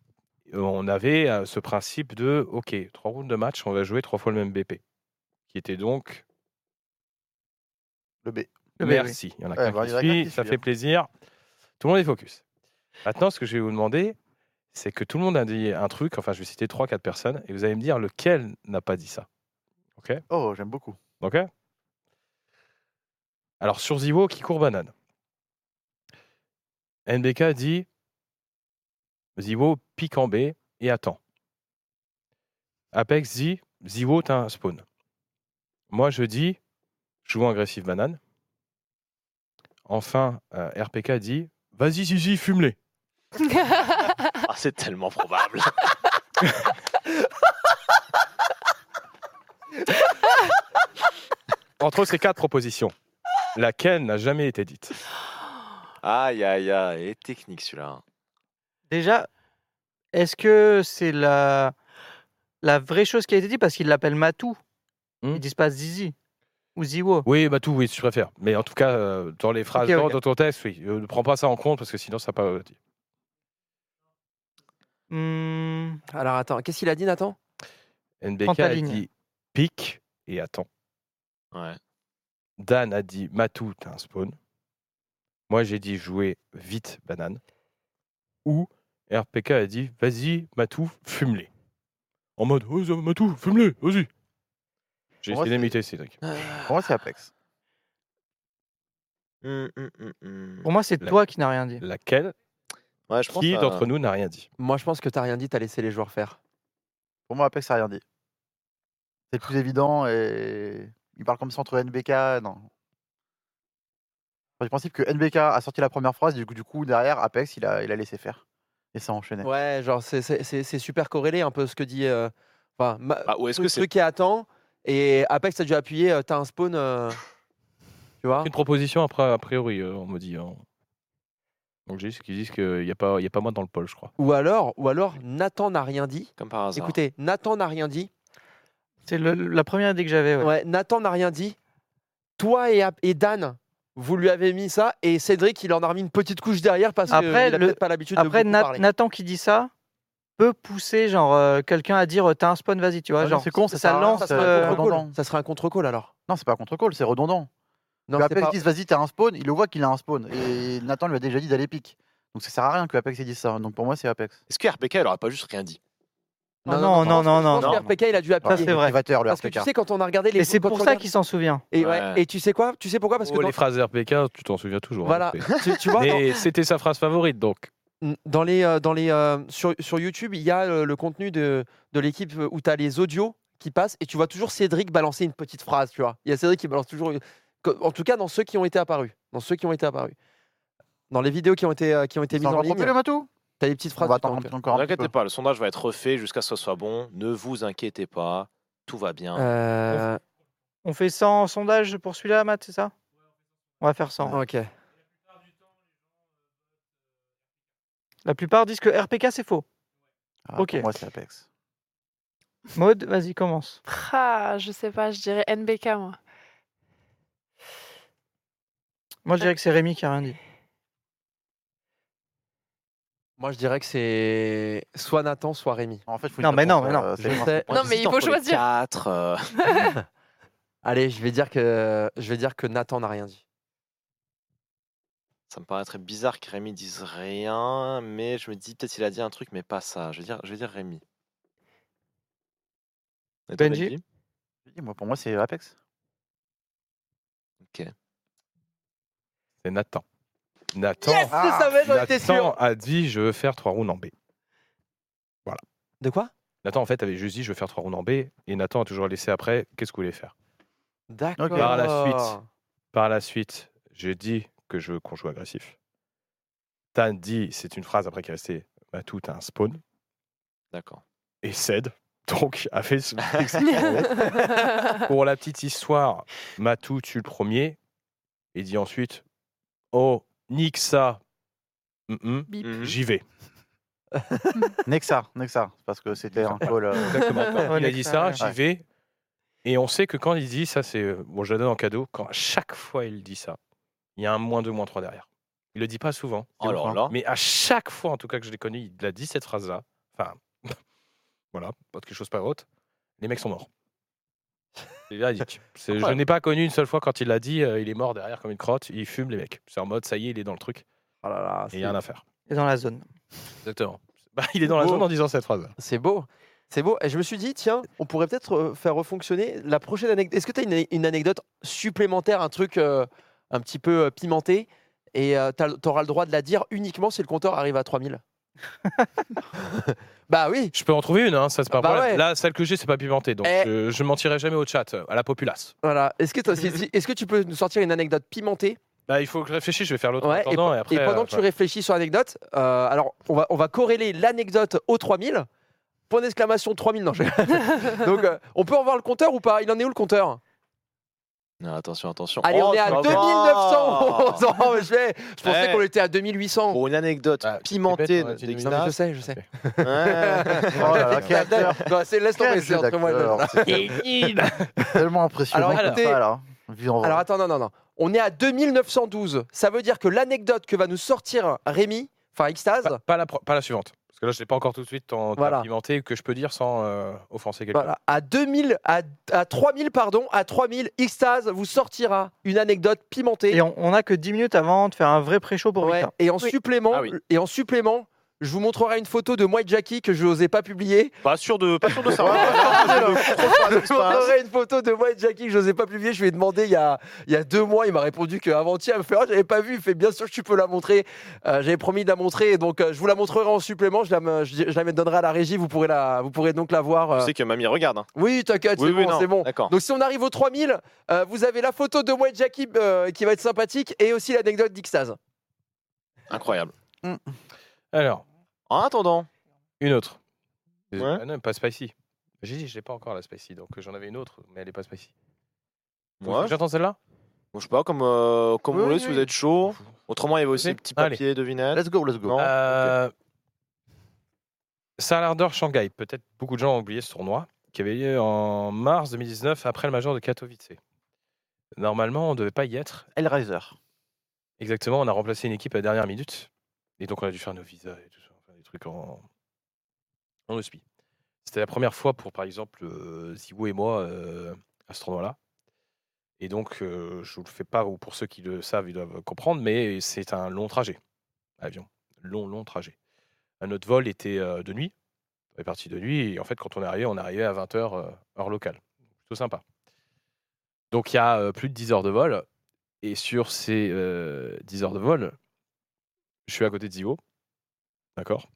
on avait euh, ce principe de OK, trois rounds de match, on va jouer trois fois le même BP, qui était donc Le B. Le BB. merci. Il y en a Ouais, qu'un qui bah, il y en a suit, qu'un qui ça suit, fait hein. plaisir. Tout le monde est focus. Maintenant, ce que je vais vous demander, c'est que tout le monde a dit un truc, enfin je vais citer trois, quatre personnes, et vous allez me dire lequel n'a pas dit ça. Oh, j'aime beaucoup. Ok Alors, sur Ziwo, qui court banane NBK dit Ziwo pique en B et attend. Apex dit Ziwo, t'as un spawn. Moi, je dis joue agressif banane. Enfin, euh, RPK dit vas-y, Zizi, fume-les. Ah, c'est tellement probable. Entre ces quatre propositions, laquelle n'a jamais été dite *laughs* Aïe, aïe, aïe. Il est technique celui-là. hein. Déjà, est-ce que c'est la... la vraie chose qui a été dit Parce qu'ils l'appellent Matou. Hmm. Ils disent pas Zizi ou Ziwo. Oui, bah tout, oui, si tu préfères. Mais en tout cas, euh, dans les phrases, Ok, dans, ok. dans ton texte, oui. Euh, ne prends pas ça en compte parce que sinon, ça n'a pas. euh, dit. Hmm, Alors attends, qu'est-ce qu'il a dit Nathan NBK Prends ta a ligne. dit pique et attends. Ouais. Dan a dit Matou, t'as un spawn. Moi, j'ai dit jouer vite, banane. Ou RPK a dit vas-y, Matou, fume-les. En mode oh, ça, Matou, fume-les, vas-y. J'ai Moi, essayé c'est- d'imiter Cédric. Pour moi, c'est Apex. Hum, hum, hum, hum. Pour moi, c'est La- toi qui n'as rien dit. Laquelle Ouais, Bah, je pense Qui euh, d'entre nous n'a rien dit Moi je pense que t'as rien dit, t'as laissé les joueurs faire. Pour moi, Apex a rien dit. C'est le plus évident et il parle comme ça entre NBK. Non. Enfin, du principe que NBK a sorti la première phrase, du coup, du coup derrière, Apex, il a, il a laissé faire. Et ça a enchaîné. Ouais, genre c'est- c'est c'est- c'est super corrélé un peu ce que dit. euh, Enfin, ma- Ah, ou est-ce le que c'est truc qui attend et Apex a dû appuyer euh, t'as un spawn euh, tu vois Une proposition, après, a priori, euh, on me dit. hein. Donc, j'ai dit qu'ils disent qu'il n'y a, pas- il y a pas moi dans le pôle, je crois. ou alors ou alors Nathan n'a rien dit comme Ah, par hasard écoutez Nathan n'a rien dit C'est le- la première idée que j'avais. ouais. ouais. Nathan n'a rien dit toi et, Ap- et Dan vous lui avez mis ça et Cédric il en a remis une petite couche derrière parce qu'il Après, a le- peut-être pas l'habitude de Après, beaucoup Nat- parler Nathan qui dit ça peut pousser genre euh, quelqu'un à dire t'as un spawn, vas-y, tu vois. Ah oui, genre, c'est con, ça sert à rien, lance. ça ça serait euh, un contre-call redondant. ça serait un contre-call alors Non, c'est pas contre call, c'est redondant. non le c'est Apex pas dit vas-y, t'as un spawn, il le voit qu'il a un spawn. Et Nathan lui a déjà dit d'aller pique. Donc ça sert à rien que Apex ait dit ça. Donc pour moi, c'est Apex. Est-ce que RPK, elle aurait pas juste rien dit Ah, Non, non, non, non, non. je pense que non. RPK il a dû Ça, appuyer c'est vrai. Motivateur, le parce que tu RPK. sais quand on a regardé les Et c'est quand pour on ça regarde- qu'il s'en souvient. et, ouais, Ouais. et tu sais quoi tu sais pourquoi parce que Oh, dans- les phrases RPK, tu t'en souviens toujours. hein, Voilà. *laughs* mais- tu, tu vois dans- Mais c'était sa phrase favorite, donc. Mm, Dans les, euh, dans les, euh, sur, sur YouTube, il y a euh, le contenu de, de l'équipe euh, où tu as les audios qui passent et tu vois toujours Cédric balancer une petite phrase, tu vois. Il y a Cédric qui balance toujours. une- que- En tout cas, dans ceux qui ont été apparus. Dans ceux qui ont été apparus. Dans les vidéos qui ont été, euh, qui ont été mises T'as en encore ligne, coupé le matou tu as des petites On phrases. va qui attendre sont- encore Ne un petit peu. inquiétez pas, le sondage va être refait jusqu'à ce que ce soit bon. Ne vous inquiétez pas, tout va bien. Euh, On fait 100 sondages pour celui-là, Matt, c'est ça On va faire 100. ok. La plupart disent que RPK c'est faux. Ah, Ok. Pour moi, c'est Apex. Maude, vas-y, commence. Ah, je sais pas, je dirais NBK moi. Moi, je dirais que c'est Rémi qui a rien dit. Moi, je dirais que c'est soit Nathan, soit Rémi. En fait, faut Non, une mais non, réponse, mais non. euh, c'est Je bon. sais. Non, mais il faut choisir. 4. Allez, je vais dire que je vais dire que Nathan n'a rien dit. *laughs* Ça me paraît très bizarre que Rémi dise rien, mais je me dis peut-être il a dit un truc, mais pas ça. Je vais dire, je vais dire Rémi. Et toi, Benji Dis, Moi, pour moi, c'est *laughs* Apex. C'est Nathan. Nathan, *laughs* Ah. Je savais, j'en étais Ah, Nathan a dit je veux faire trois rounds en B. De quoi Nathan, en fait, avait juste dit je veux faire trois rounds en B. Et Nathan a toujours laissé après qu'est-ce que vous voulez faire. D'accord. Par Ah, la suite. Par la suite, j'ai dit que je veux qu'on joue agressif. Tan dit, c'est une phrase après qui est restée Matou, t'as un spawn. D'accord. Et cède. Donc, a fait ce Pour la petite histoire, Matou tue le premier et dit ensuite Oh, nique ça. Mm, mm, Bip. Mhm. J'y vais. Nexa, Nexa, parce que c'était un call. euh, *laughs* Ouais, Il a Nexa, dit ça, ouais. j'y vais. Et on sait que quand il dit ça, c'est. euh, Bon, je le donne en cadeau. Quand à chaque fois il dit ça, il y a un moins 2, moins 3 derrière. Il le dit pas souvent. Alors Oh là, Mais à chaque fois, en tout cas, que je l'ai connu, il a dit cette phrase-là. Enfin, *laughs* voilà, pas de quelque chose pas haute. Les mecs sont morts. C'est *laughs* véridique. C'est- je Incroyable. n'ai pas connu une seule fois quand il l'a dit, euh, il est mort derrière comme une crotte, il fume les mecs. C'est en mode, ça y est, il est dans le truc, Oh là là, et il y a rien c'est- à faire. Et dans la zone. Exactement. *laughs* Bah, il est dans la zone en disant cette phrase. c'est beau. C'est beau. Et je me suis dit, tiens, on pourrait peut-être euh, faire refonctionner la prochaine anecdote. Est-ce que tu as une, une anecdote supplémentaire, un truc euh, un petit peu euh, pimenté Et tu auras le droit de la dire uniquement si le compteur arrive à 3000. bah oui. Je peux en trouver une, hein, ça c'est pas un Bah problème. ouais. Là, celle que j'ai, c'est pas pimenté, donc Eh. je, je mentirai jamais au chat, euh, à la populace. Voilà. Est-ce que, t'as- si- si- est-ce que tu peux nous sortir une anecdote pimentée Bah, il faut que je réfléchisse, je vais faire l'autre Ouais, en attendant, et, Et après. pendant euh, que tu ouais. réfléchis sur l'anecdote, euh, alors on va, on va corréler l'anecdote au 3000. Point d'exclamation 3000, non. je- Donc euh, on peut revoir le compteur ou pas Il en est où le compteur non, attention, attention. Allez, Oh, on est à ça va. *laughs* 2911 Non, mais je, vais- je pensais Eh. qu'on était à 2800. Pour une anecdote Ah, tu t'es pimentée bête, hein, de- tu de t'es Non, mais je Xnas. sais, je sais. Ouais. *laughs* Oh là là, quel acteur, Non, c'est- laisse tomber, quel c'est jeu entre moi et le- d'acteur, c'est *laughs* *laughs* tellement impressionnant Alors, comme écoutez- ça, là. Vu en vrai. Alors attends, non, non, non. On est à 2912. Ça veut dire que l'anecdote que va nous sortir Rémi, enfin Xtase, Pas, pas la, pro- pas la suivante. Parce que là, je l'ai pas encore tout de suite en Voilà. pimenté que je peux dire sans euh, offenser quelqu'un. voilà, à 2000, à, à 3000, pardon, à 3000, Xtase vous sortira une anecdote pimentée. Et hein. on, on a que 10 minutes avant de faire un vrai pré-show pour Ouais, Victor. et en supplément, Ah oui. et en supplément, je vous montrerai une photo de moi et Jackie que je n'osais pas publier. Pas sûr *laughs* de, pas sûr de ça. *laughs* *laughs* je vous montrerai une photo de moi et Jackie que je n'osais pas publier. Je lui ai demandé il y a, il y a deux mois, il m'a répondu qu'avant-hier, il me fait Ah, j'avais pas vu. Il fait bien sûr que tu peux la montrer. Euh, j'avais promis de la montrer, et donc euh, je vous la montrerai en supplément. Je la, me- je, je la donnerai à la régie. Vous pourrez la, vous pourrez donc la voir. euh. Tu sais que mamie regarde. hein. Oui, t'inquiète, Oui, *laughs* c'est oui, bon, non. c'est bon. D'accord. Donc si on arrive aux 3000, euh, vous avez la photo de moi et Jackie euh, qui va être sympathique et aussi l'anecdote d'Ixtase. Incroyable. Alors, En attendant, une autre. Ouais. Ah non, pas spicy. J'ai dit, je l'ai pas encore la spicy, donc euh, j'en avais une autre, mais elle est pas spicy. Vous voulez moi, que J'entends celle-là je sais pas, comme, euh, comme Oui, vous voulez, oui, si vous êtes chaud. Autrement, il y avait aussi Allez. des petits papiers, devinettes. Let's go, let's go. Non. Euh, Salar d'Or Shanghai. Peut-être beaucoup de gens ont oublié ce tournoi qui avait lieu en mars 2019 après le major de Katowice. Normalement, on ne devait pas y être. Hellraiser. Exactement, on a remplacé une équipe à la dernière minute. Et donc, on a dû faire nos visas et tout ça. enfin, des trucs en. On le suit. C'était la première fois pour, par exemple, euh, Ziwo et moi euh, à ce tournoi-là. Et donc, euh, je vous le fais pas, ou pour ceux qui le savent, ils doivent comprendre, mais c'est un long trajet, à avion. Long, long trajet. Euh, Notre vol était euh, de nuit. On est parti de nuit, et en fait, quand on est arrivé, on est arrivé à 20h heure locale. Plutôt sympa. Donc, il y a euh, plus de 10 heures de vol. Et sur ces euh, 10 heures de vol, je suis à côté de Zio, d'accord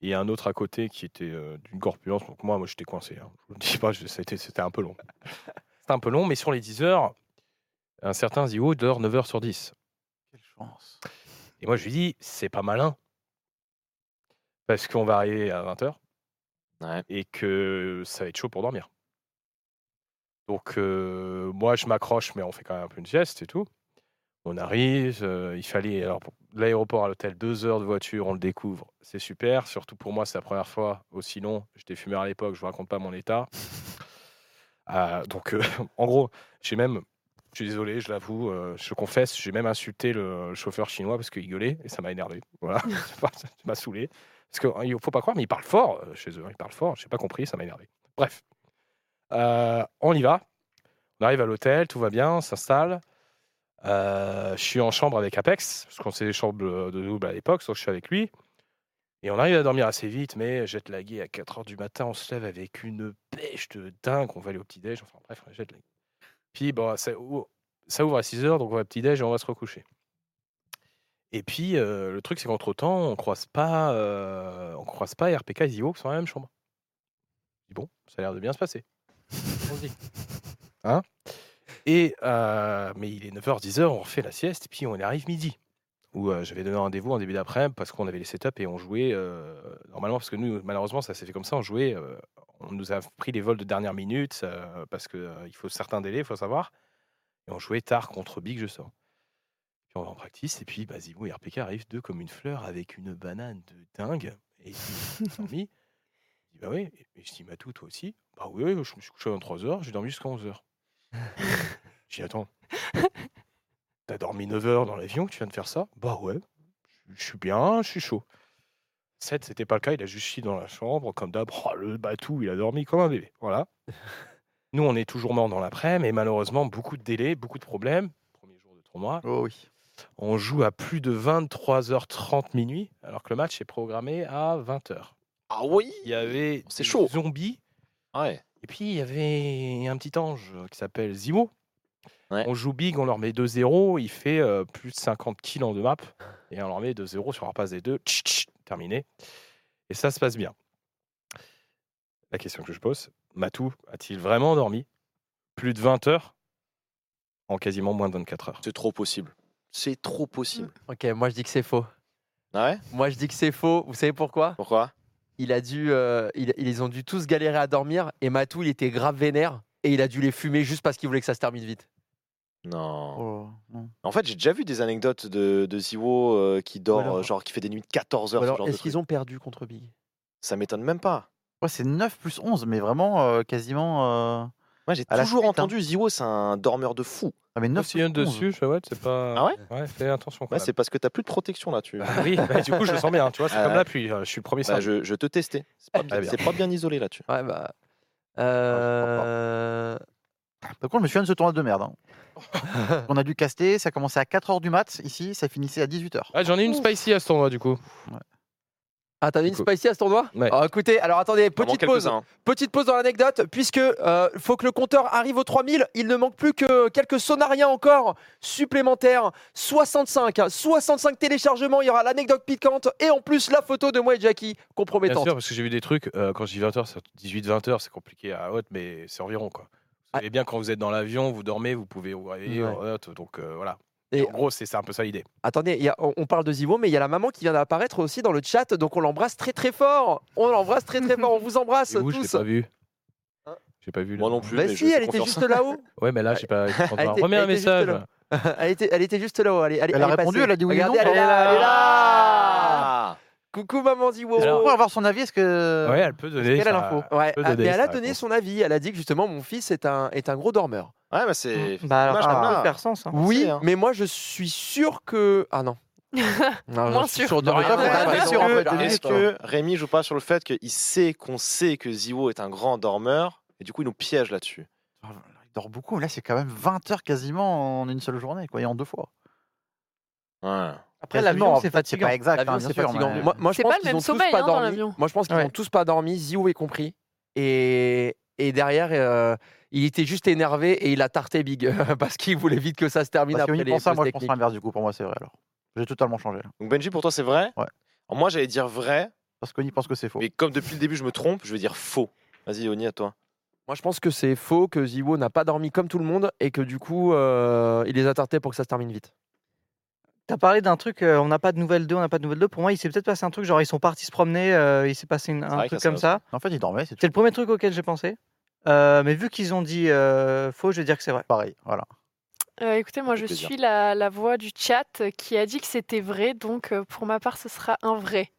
Et un autre à côté qui était euh, d'une corpulence. Donc moi, moi j'étais coincé. hein. Je vous le dis pas, je- c'était c'était un peu long. C'était un peu long, mais sur les 10 heures, un certain Zio dort 9 heures sur 10. Quelle chance. Et moi, je lui dis, c'est pas malin. Parce qu'on va arriver à 20h Ouais. et que ça va être chaud pour dormir. Donc, euh, moi, je m'accroche, mais on fait quand même un peu une sieste et tout. On arrive, euh, il fallait. Alors, pour- de l'aéroport à l'hôtel, deux heures de voiture, on le découvre, c'est super. Surtout pour moi, c'est la première fois aussi long. J'étais fumeur à Ah, *laughs* l'époque, je vous raconte pas mon état. Euh, donc, euh, en gros, j'ai même Je suis désolé, je l'avoue, euh, je confesse, j'ai même insulté le, le chauffeur chinois parce qu'il gueulait et ça m'a énervé. Voilà, ça m'a saoulé. Parce qu'il ne faut pas croire, mais il parle fort euh, chez eux, il parle fort, j'ai pas compris, ça m'a énervé. Bref, Euh, on y va. On arrive à l'hôtel, tout va bien, on s'installe. Euh, je suis en chambre avec Apex, parce qu'on faisait des chambres de double à l'époque, sauf que je suis avec lui. Et on arrive à dormir assez vite, mais jette lagué à 4h du matin, on se lève avec une pêche de dingue, on va aller au petit-déj, enfin bref, jette lagué. Puis bon, ça, ou- ça ouvre à 6h, donc on va au petit-déj et on va se recoucher. Et puis, euh, le truc, c'est qu'entre-temps, on croise pas, euh, on croise pas RPK et Zio qui sont dans la même chambre. Je dis, Bon, ça a l'air de bien se passer. On se dit. Hein et, euh, mais il est 9h, 10h, on refait la sieste, puis on arrive midi. Où euh, j'avais donné rendez-vous en début d'après-midi parce qu'on avait les setups et on jouait. euh, normalement, parce que nous, malheureusement, ça s'est fait comme ça, on jouait. euh, on nous a pris les vols de dernière minute euh, parce qu'il faut certains délais, il faut savoir. Et on jouait tard contre Big, je sors. Puis on va en practice, et puis bah, Zibou et RPK arrivent deux comme une fleur avec une banane de dingue. Et ils ont dormi. Je dis, bah oui, et et je dis, Matou, toi aussi Bah oui, oui, je me suis couché à 23h, j'ai dormi jusqu'à 11h. J'ai dit, attends, t'as dormi 9 heures dans l'avion, tu viens de faire ça Bah ouais, je- je suis bien, je suis chaud. 7, c'était pas le cas, il a juste chié dans la chambre, comme d'hab, Oh, le batou, il a dormi comme un bébé. *laughs* Voilà. Nous, on est toujours morts dans l'après-midi, et malheureusement, beaucoup de délais, beaucoup de problèmes. Premier jour de tournoi, Oh oui. on joue à plus de 23h30 minuit, alors que le match est programmé à 20h. Ah oui Il y avait C'est des chaud. zombies, Ouais. et puis il y avait un petit ange euh, qui s'appelle Zimo. Ouais. On joue big, on leur met 2-0, il fait euh, plus de 50 kills en deux maps, et on leur met 2-0 sur leur passe des deux, tch, tch, terminé. Et ça se passe bien. La question que je pose, Matou a-t-il vraiment dormi plus de 20 heures en quasiment moins de 24 heures C'est trop possible. C'est trop possible. Ok, moi je dis que c'est faux. Ah ouais Moi je dis que c'est faux. Vous savez pourquoi Pourquoi Il a dû, euh, il- ils ont dû tous galérer à dormir et Matou il était grave vénère et il a dû les fumer juste parce qu'il voulait que ça se termine vite. Non. Oh, non. En fait, j'ai déjà vu des anecdotes de, de Ziwo euh, qui dort, alors- euh, genre qui fait des nuits de 14 heures. Ou ce alors genre de est-ce truc. qu'ils ont perdu contre Big Ça m'étonne même pas. Ouais, c'est 9 plus 11, mais vraiment euh, quasiment. euh, Ah, Moi, j'ai À la toujours suite, hein. entendu Ziwo, c'est un dormeur de fou. Ah, mais 9 Neuf plus 11. dessus, Chouette, c'est pas. Ah ouais Ouais, fais attention. Ouais, quand c'est parce que t'as plus de protection là. Tu... même. Bah oui, bah, du coup, je le sens bien, tu *laughs* vois, c'est Ah comme ouais. là, puis je suis le premier Bah, servi. je, je te testais. C'est pas, Ah, bien- bien. c'est pas bien isolé là-dessus. Ouais bah. crois pas. Euh... Par contre, je me souviens de ce tournoi de merde. hein. On a dû caster, ça commençait à 4h du mat ici, ça finissait à 18h. Ah, j'en ai une spicy à ce tournoi, du coup. Ah, t'as mis une Du coup. spicy à ce tournoi Ouais. Ah, Écoutez, alors attendez, Vraiment petite pause. quelques-uns, hein. Petite pause dans l'anecdote, puisque euh, faut que le compteur arrive aux 3000, il ne manque plus que quelques sonariens encore supplémentaires. 65, hein, 65 téléchargements, il y aura l'anecdote piquante et en plus la photo de moi et Jackie Bien compromettante. sûr, parce que j'ai vu des trucs, euh, quand je dis 20h, c'est 18-20h, c'est compliqué à haute, mais c'est environ, quoi. Vous Ah. savez bien, quand vous êtes dans l'avion, vous dormez, vous pouvez vous réveiller Ouais. en haute, donc euh, voilà. Et- Et en gros, c'est c'est un peu ça l'idée. Attendez, il y a- on on parle de Zivo, mais il y a la maman qui vient d'apparaître aussi dans le chat, donc on l'embrasse très très fort. On l'embrasse très très fort, on vous embrasse Et vous, je l'ai tous. pas vu. Hein J'ai pas vu. Moi là. non plus. Bah mais si, je fais elle était confiance. juste *laughs* là-haut. Ouais, mais là, j'ai pas. j'ai pas entendu. était- Remets un elle était juste message. là. elle, était, elle était juste là-haut. Elle, est- Elle a est répondu, passée. elle a dit oui ou Regardez, non Elle est là, elle est là. Oh Ah Coucou maman Ziwo. Est-ce qu'on pourrait avoir son avis Est-ce que. Ouais, elle peut donner. qu'elle sa- a l'info Ouais, peut ah, donner mais elle a sa donné réponse. son avis. Elle a dit que justement, mon fils est un, est un gros dormeur. Ouais, mais c'est. Bah alors, Dommage, ça t'as peut pas- faire sens. hein. Oui, sait, hein. mais moi, je suis sûr que. Ah non. non Moins je suis sûr. sûr de Non, rien. rien, Ouais, rien, ouais, rien, ouais, Est-ce sûr, en ouais, fait, que, ouais, est-ce ouais. que hein. Rémi joue pas sur le fait qu'il sait qu'on sait que Zio est un grand dormeur et du coup il nous piège là-dessus Ah, Il dort beaucoup, mais là c'est quand même 20h quasiment en une seule journée, quoi, et en deux fois. Ouais. Après, Quasiment, l'avion, en c'est fait, C'est fatigant. pas exact, L'avion, hein, c'est bien sûr. fatigant. mais- Moi, moi, je C'est pense pas le qu'ils même ont tous sommeil, pas hein, dans dormi. l'avion. Moi, je pense qu'ils Ouais. ont tous pas dormi, Ziou est compris. Et, et derrière, euh, il était juste énervé et il a tarté Big *laughs* parce qu'il voulait vite que ça se termine Parce que après oui, les pour ça, pauses moi je pense techniques. l'inverse du coup, pour moi c'est vrai alors. J'ai totalement changé. là. Donc Benji, pour toi c'est vrai Ouais. Alors, moi j'allais dire vrai, Parce qu'on y pense que c'est faux. mais comme depuis le début je me trompe, je vais dire faux. Vas-y, Yoni, à toi. Moi, je pense que c'est faux que Ziwo n'a pas dormi comme tout le monde et que du coup, euh, il les a tartés pour que ça se termine vite. T'as parlé d'un truc, euh, on n'a pas de nouvelles d'eux, on n'a pas de nouvelles d'eux. Pour moi, il s'est peut-être passé un truc, genre ils sont partis se promener, euh, il s'est passé une- C'est un vrai que truc ça, comme ça ça. En fait, il dormait, c'est C'est tout le premier truc auquel j'ai pensé. Euh, mais vu qu'ils ont dit euh, faux, je vais dire que c'est vrai. pareil. Voilà. *laughs* Euh, écoutez, moi fait je plaisir. suis la, la voix du chat euh, qui a dit que c'était vrai, donc euh, pour ma part ce sera un vrai.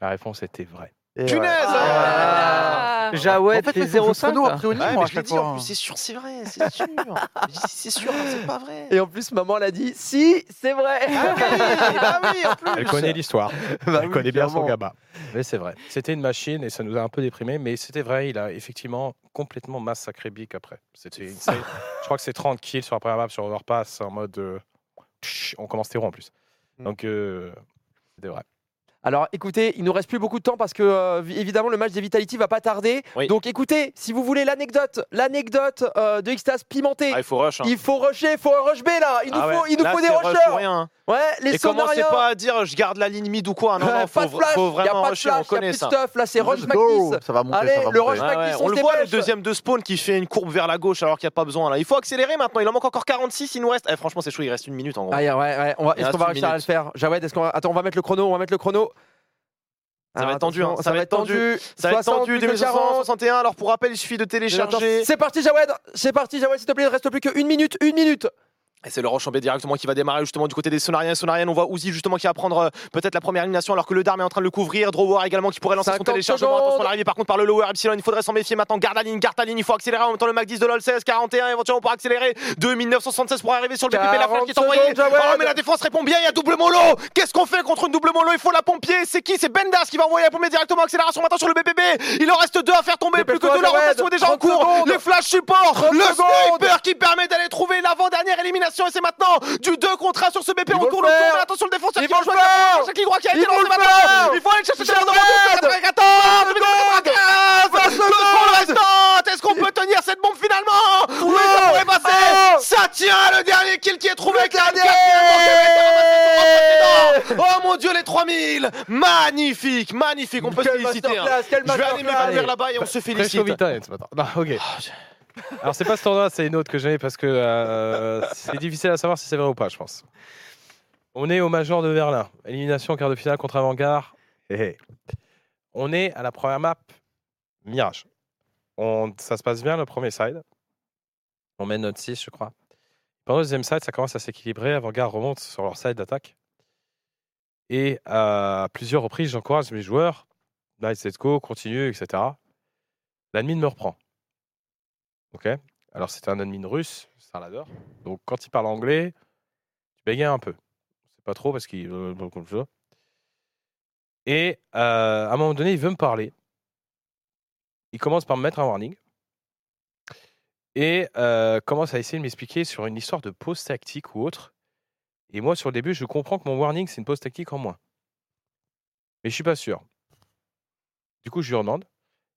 La réponse était vraie. Et ouais. Punaise, hein Ah. Ah. Jaouet, en fait, fait, mais faut que je 0,5. phono là. a priori, Ouais, moi, mais à je l'ai chaque dit en fois. hein. plus, c'est sûr, c'est vrai, c'est sûr. J'ai dit, c'est sûr, hein, c'est pas vrai. Et en plus, maman l'a dit si, c'est *laughs* vrai Ah oui, bah oui, en plus. Elle connaît *laughs* l'histoire. Bah Elle oui, connaît bien son clairement. GABA. Mais c'est vrai. C'était une machine et ça nous a un peu déprimés, mais c'était vrai. Il a effectivement complètement massacré Bic après. C'était, c'est- *laughs* je crois que c'est 30 kills sur la première map sur Overpass en mode. euh, tch, on commence terreau en plus. Donc, euh, c'était vrai. Alors écoutez, il nous reste plus beaucoup de temps parce que euh, vi- évidemment le match des Vitality va pas tarder. Oui. Donc écoutez, si vous voulez l'anecdote, l'anecdote euh, de Xtas pimentée. Ah, il faut rush. Hein. il faut rusher, il faut un rush B là. Il nous Ah ouais, faut, il nous là, faut des c'est rush rushers. ou rien, hein. Ouais, les Et commencez sonariens. pas à dire je garde la ligne mid ou quoi. Non, Ouais, non, pas faut, de flash, faut y a vraiment pas de rusher, on flash, y a connaît plus ça. de stuff. Là, c'est rush Let's go. McNeese. Ça va monter, Allez, ça va le monter. rush- Ouais, Mac ouais, Nissen, on le voit dépêche. le deuxième de spawn qui fait une courbe vers la gauche alors qu'il n'y a pas besoin là. Il faut accélérer maintenant, il en manque encore 46, il nous reste. Eh, franchement c'est chaud, il reste une minute en gros. Ah, ouais, ouais, on va- Il est-ce reste qu'on va une réussir à le minute. faire Jawed, est-ce qu'on va- Attends, on va mettre le chrono, on va mettre le chrono. Ça va Alors, être tendu, hein, attention, ça va être tendu. Ça va être 60, tendu, plus de 40. 21 alors pour rappel il suffit de télécharger. C'est parti Jawed, c'est parti Jawed, s'il te plaît, il reste plus qu'une minute, une minute. Et c'est le rush en B directement qui va démarrer justement du côté des sonariens et sonariennes. On voit Ouzi justement qui va prendre euh, peut-être la première élimination alors que le Darm est en train de le couvrir. Drower également qui pourrait lancer son 50 téléchargement. Attention à secondes. l'arrivée par contre par le Lower Epsilon. Il faudrait s'en méfier maintenant. Garde la ligne, garde la ligne. Il faut accélérer en même temps le Mac 10 de LOL 16, 41 éventuellement pour accélérer. 2976 pour arriver sur le BPP. La 40 flash qui est envoyée. secondes, Jawed. Oh mais la défense répond bien. Il y a double mollo. Qu'est-ce qu'on fait contre une double mollo Il faut la pompier. C'est qui C'est Bendas qui va envoyer la pompier directement. Accélération maintenant sur le BPP. Il en reste deux à faire tomber. Plus que Dépêche-toi, deux. La Jawed. rotation est déjà en 30 cours. secondes. Les flash support. 30 Le secondes. sniper qui permet d'aller trouver l'avant-dernière élimination et c'est maintenant du 2 contre 1 sur ce BP. Ils On vont tourne le le faire. tour, mais attention le défenseur Ils qui vont rejoint le faire. la qui droit qui a été Ils vont lancé le faire. maintenant. Il faut aller chercher Jawed. ce devant 94 le score restante. Est-ce qu'on peut tenir cette bombe finalement Oui, ça pourrait Oh. passer. Ça tient le dernier kill qui est trouvé avec la dernier. M4 finalement, qui avait été ramassé sur un précédent. Oh mon dieu, les 3000 Magnifique, magnifique, on peut se Quelle féliciter. hein. masterclass, quelle Je vais aller masterclass. m'évanouir là-bas et on se Très chaud félicite. hein. Vitality ce matin. Bah, ok. Alors, c'est pas ce tournoi, c'est une autre que j'ai parce que euh, c'est difficile à savoir si c'est vrai ou pas, je pense. On est au Major de Berlin. Élimination en quart de finale contre Avangard. Hé, hé. On est à la première map Mirage. On, ça se passe bien le premier side. On mène notre 6, je crois. Pendant le deuxième side, ça commence à s'équilibrer. Avangard remonte sur leur side d'attaque. Et euh, à plusieurs reprises, j'encourage mes joueurs. Nice, let's go, continue, etc. L'admin me reprend. Ok Alors, c'était un admin russe, ça l'adore. Donc, quand il parle anglais, tu bégayes un peu. C'est pas trop parce qu'il. euh, Et euh, à un moment donné, il veut me parler. Il commence par me mettre un warning. Et euh, commence à essayer de m'expliquer sur une histoire de pause tactique ou autre. Et moi, sur le début, je comprends que mon warning, c'est une pause tactique en moins. Mais je suis pas sûr. Du coup, je lui demande.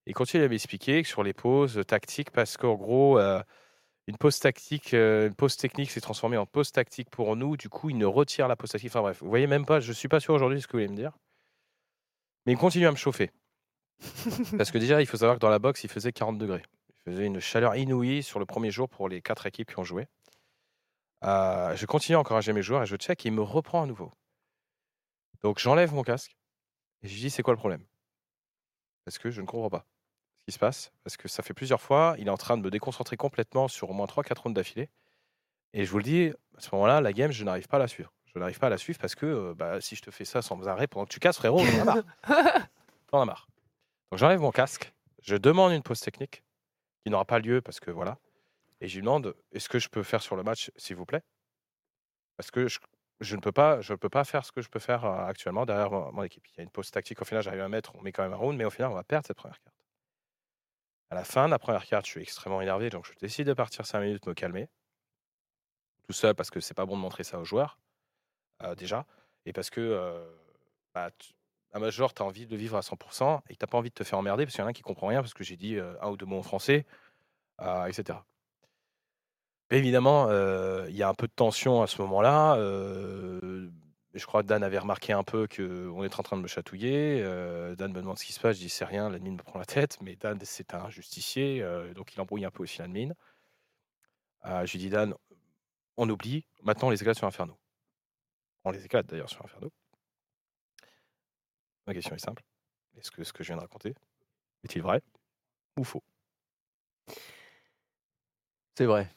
Il continue à m'expliquer que sur les pauses tactiques, parce qu'en gros, euh, une pause tactique, euh, une pause technique s'est transformée en pause tactique pour nous. Du coup, il ne retire la pause tactique. Enfin bref, vous voyez même pas, je suis pas sûr aujourd'hui de ce que vous voulez me dire. Mais il continue à me chauffer. parce que déjà, il faut savoir que dans la boxe, il faisait 40 degrés. Il faisait une chaleur inouïe sur le premier jour pour les quatre équipes qui ont joué. Euh, je continue à encourager mes joueurs et je check et il me reprend à nouveau. Donc j'enlève mon casque et je lui dis c'est quoi le problème Parce que je ne comprends pas ce qui se passe. Parce que ça fait plusieurs fois, il est en train de me déconcentrer complètement sur au moins 3-4 rounds d'affilée. Et je vous le dis, à ce moment-là, la game, je n'arrive pas à la suivre. Je n'arrive pas à la suivre parce que euh, bah, si je te fais ça sans arrêt pendant que tu casses, frérot, j'en ai marre. J'en ai marre. Donc j'enlève mon casque, je demande une pause technique qui n'aura pas lieu parce que voilà. Et je lui demande est-ce que je peux faire sur le match, s'il vous plaît Parce que je, je ne peux pas, je ne peux pas faire ce que je peux faire euh, actuellement derrière mon, mon équipe. Il y a une pause tactique, au final, j'arrive à mettre, on met quand même un round, mais au final, on va perdre cette première carte. À la fin de la première carte, je suis extrêmement énervé, donc je décide de partir 5 minutes, me calmer. Tout seul, parce que c'est pas bon de montrer ça aux joueurs, euh, déjà. Et parce que euh, bah, tu- un major, tu as envie de le vivre à 100% et que t'as pas envie de te faire emmerder, parce qu'il y en a un qui comprend rien, parce que j'ai dit euh, un ou deux mots en français, euh, etc. Mais évidemment, euh, il y a un peu de tension à ce moment-là. euh, je crois que Dan avait remarqué un peu qu'on était en train de me chatouiller. euh, Dan me demande ce qui se passe, je dis c'est rien, l'admin me prend la tête. Mais Dan, c'est un justicier, euh, donc il embrouille un peu aussi l'admin. Euh, je lui dis Dan, on oublie, maintenant on les éclate sur Inferno. On les éclate d'ailleurs sur Inferno. Ma question est simple. Est-ce que ce que je viens de raconter est-il vrai ou faux C'est vrai.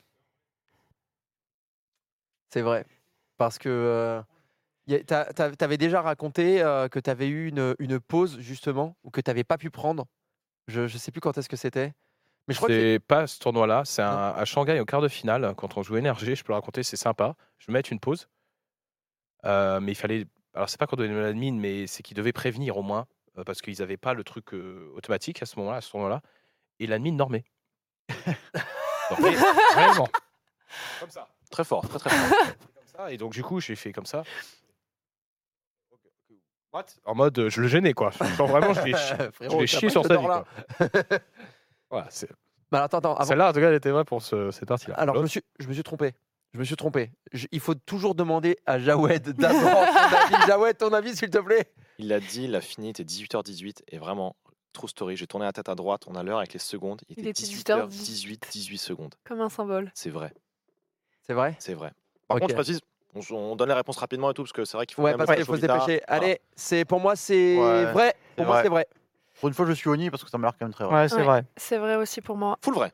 C'est vrai. Parce que euh, y a- t'as- t'as- t'avais déjà raconté euh, que t'avais eu une, une pause, justement, ou que t'avais pas pu prendre Je, je sais plus quand est-ce que c'était. Mais je crois que C'est pas ce tournoi-là, c'est un- à Shanghai au quart de finale, quand on jouait énergie, je peux le raconter, c'est sympa. Je vais mettre une pause. Euh, mais il fallait. Alors, c'est pas qu'on donnait l'admin, mais c'est qu'ils devaient prévenir au moins, euh, parce qu'ils n'avaient pas le truc euh, automatique à ce moment-là, à ce tournoi-là. Et l'admin normait. normait vraiment. Comme ça. Très fort, très très fort. *laughs* Comme ça. Et donc, du coup, j'ai fait comme ça. What En mode, euh, je le gênais, quoi. Genre, vraiment, je l'ai *laughs* chi- c'est. Ah, je l'ai Frérot, chié t'as sur pas sa ce vie. tort-là. quoi. voilà, c'est- Mais alors, attends, attends, avant- Celle-là, en tout cas, elle était vraie pour ce- cette partie-là. Alors, je me, suis, je me suis trompé. Je me suis trompé. Je- il faut toujours demander *laughs* à Jawed d'abord son avis. Jawed, ton avis, s'il te plaît. Il l'a dit, il a fini, il était 18h18 et vraiment, true story, j'ai tourné la tête à droite, on a l'heure avec les secondes, il Il était était 18h18, 18 secondes. Comme un symbole. C'est vrai, C'est vrai c'est vrai. Par Ok. contre, je précise, on, s- on donne les réponses rapidement et tout parce que c'est vrai qu'il faut Ouais, quand même parce le qu'il faut se faire au dépêcher. Vita. Voilà. Allez, c'est pour moi, c'est Ouais, vrai. Pour moi, vrai. c'est vrai. Pour une fois, je suis Oni parce que ça m'a l'air quand même très vrai. Ouais, c'est Ouais. vrai. C'est vrai aussi pour moi. Full vrai.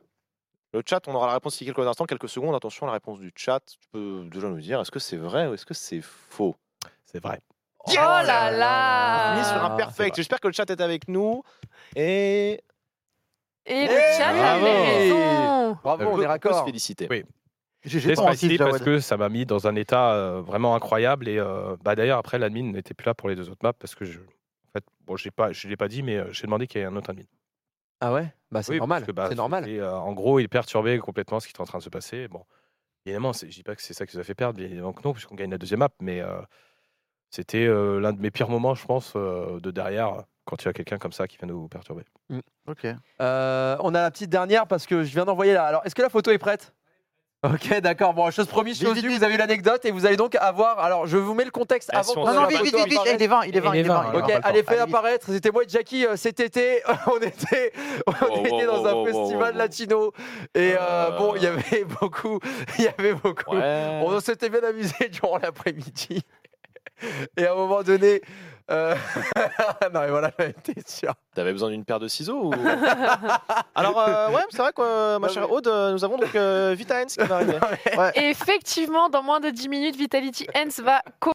Le chat, on aura la réponse d'ici quelques instants, quelques secondes. Attention à la réponse du chat. Tu peux déjà nous dire est-ce que c'est vrai ou est-ce que c'est faux C'est vrai. Oh là là Fini sur un c'est perfect. vrai. J'espère que le chat est avec nous. Et Et le Eh, chat a bravo. raison. Bravo, on peut- est peut se raccord. féliciter. Oui. GG J'ai pour Ancif, Spicy parce Jawed. que ça m'a mis dans un état euh, vraiment incroyable. Et euh, bah, d'ailleurs, après, l'admin n'était plus là pour les deux autres maps parce que je. En fait, bon, j'ai pas, je ne l'ai pas dit, mais euh, j'ai demandé qu'il y ait un autre admin. Ah ouais Bah, c'est Oui, parce normal. que, bah, c'est normal. c'était, euh, en gros, il perturbait complètement ce qui était en train de se passer. Bon, évidemment, c'est- je dis pas que c'est ça qui nous a fait perdre, bien évidemment que non, puisqu'on gagne la deuxième map, mais euh, c'était euh, l'un de mes pires moments, je pense, euh, de derrière, quand il y a quelqu'un comme ça qui vient nous perturber. Ok. Euh, on a la petite dernière parce que je viens d'envoyer là. Alors, est-ce que la photo est prête Ok, d'accord. Bon, chose promise, chose Vite, vite, due, vite. vous avez eu l'anecdote et vous allez donc avoir. Alors, je vous mets le contexte Ah, avant. si on qu'on Non, se ait non, la vite, photo vite, vite, vite, apparaître. eh, il est 20, il est 20, il est 20. Alors, on Ok, va le allez, faire. fais Allez. apparaître. C'était moi et Jackie euh, cet été. *laughs* on était, on Wow, était wow, dans un wow, wow, festival wow. latino. Et euh, Euh. bon, il y avait *laughs* beaucoup. Il y avait beaucoup. Ouais. On s'était bien amusé *laughs* durant l'après-midi. Et à un moment donné. euh, *laughs* non, mais voilà, j'avais été sûr. T'avais besoin d'une paire de ciseaux ou... Alors, euh, ouais, c'est vrai que euh, ma Non, chère Aude, euh, nous avons donc euh, Vita Hens qui va arriver. Effectivement, dans moins de 10 minutes, Vitality Hens va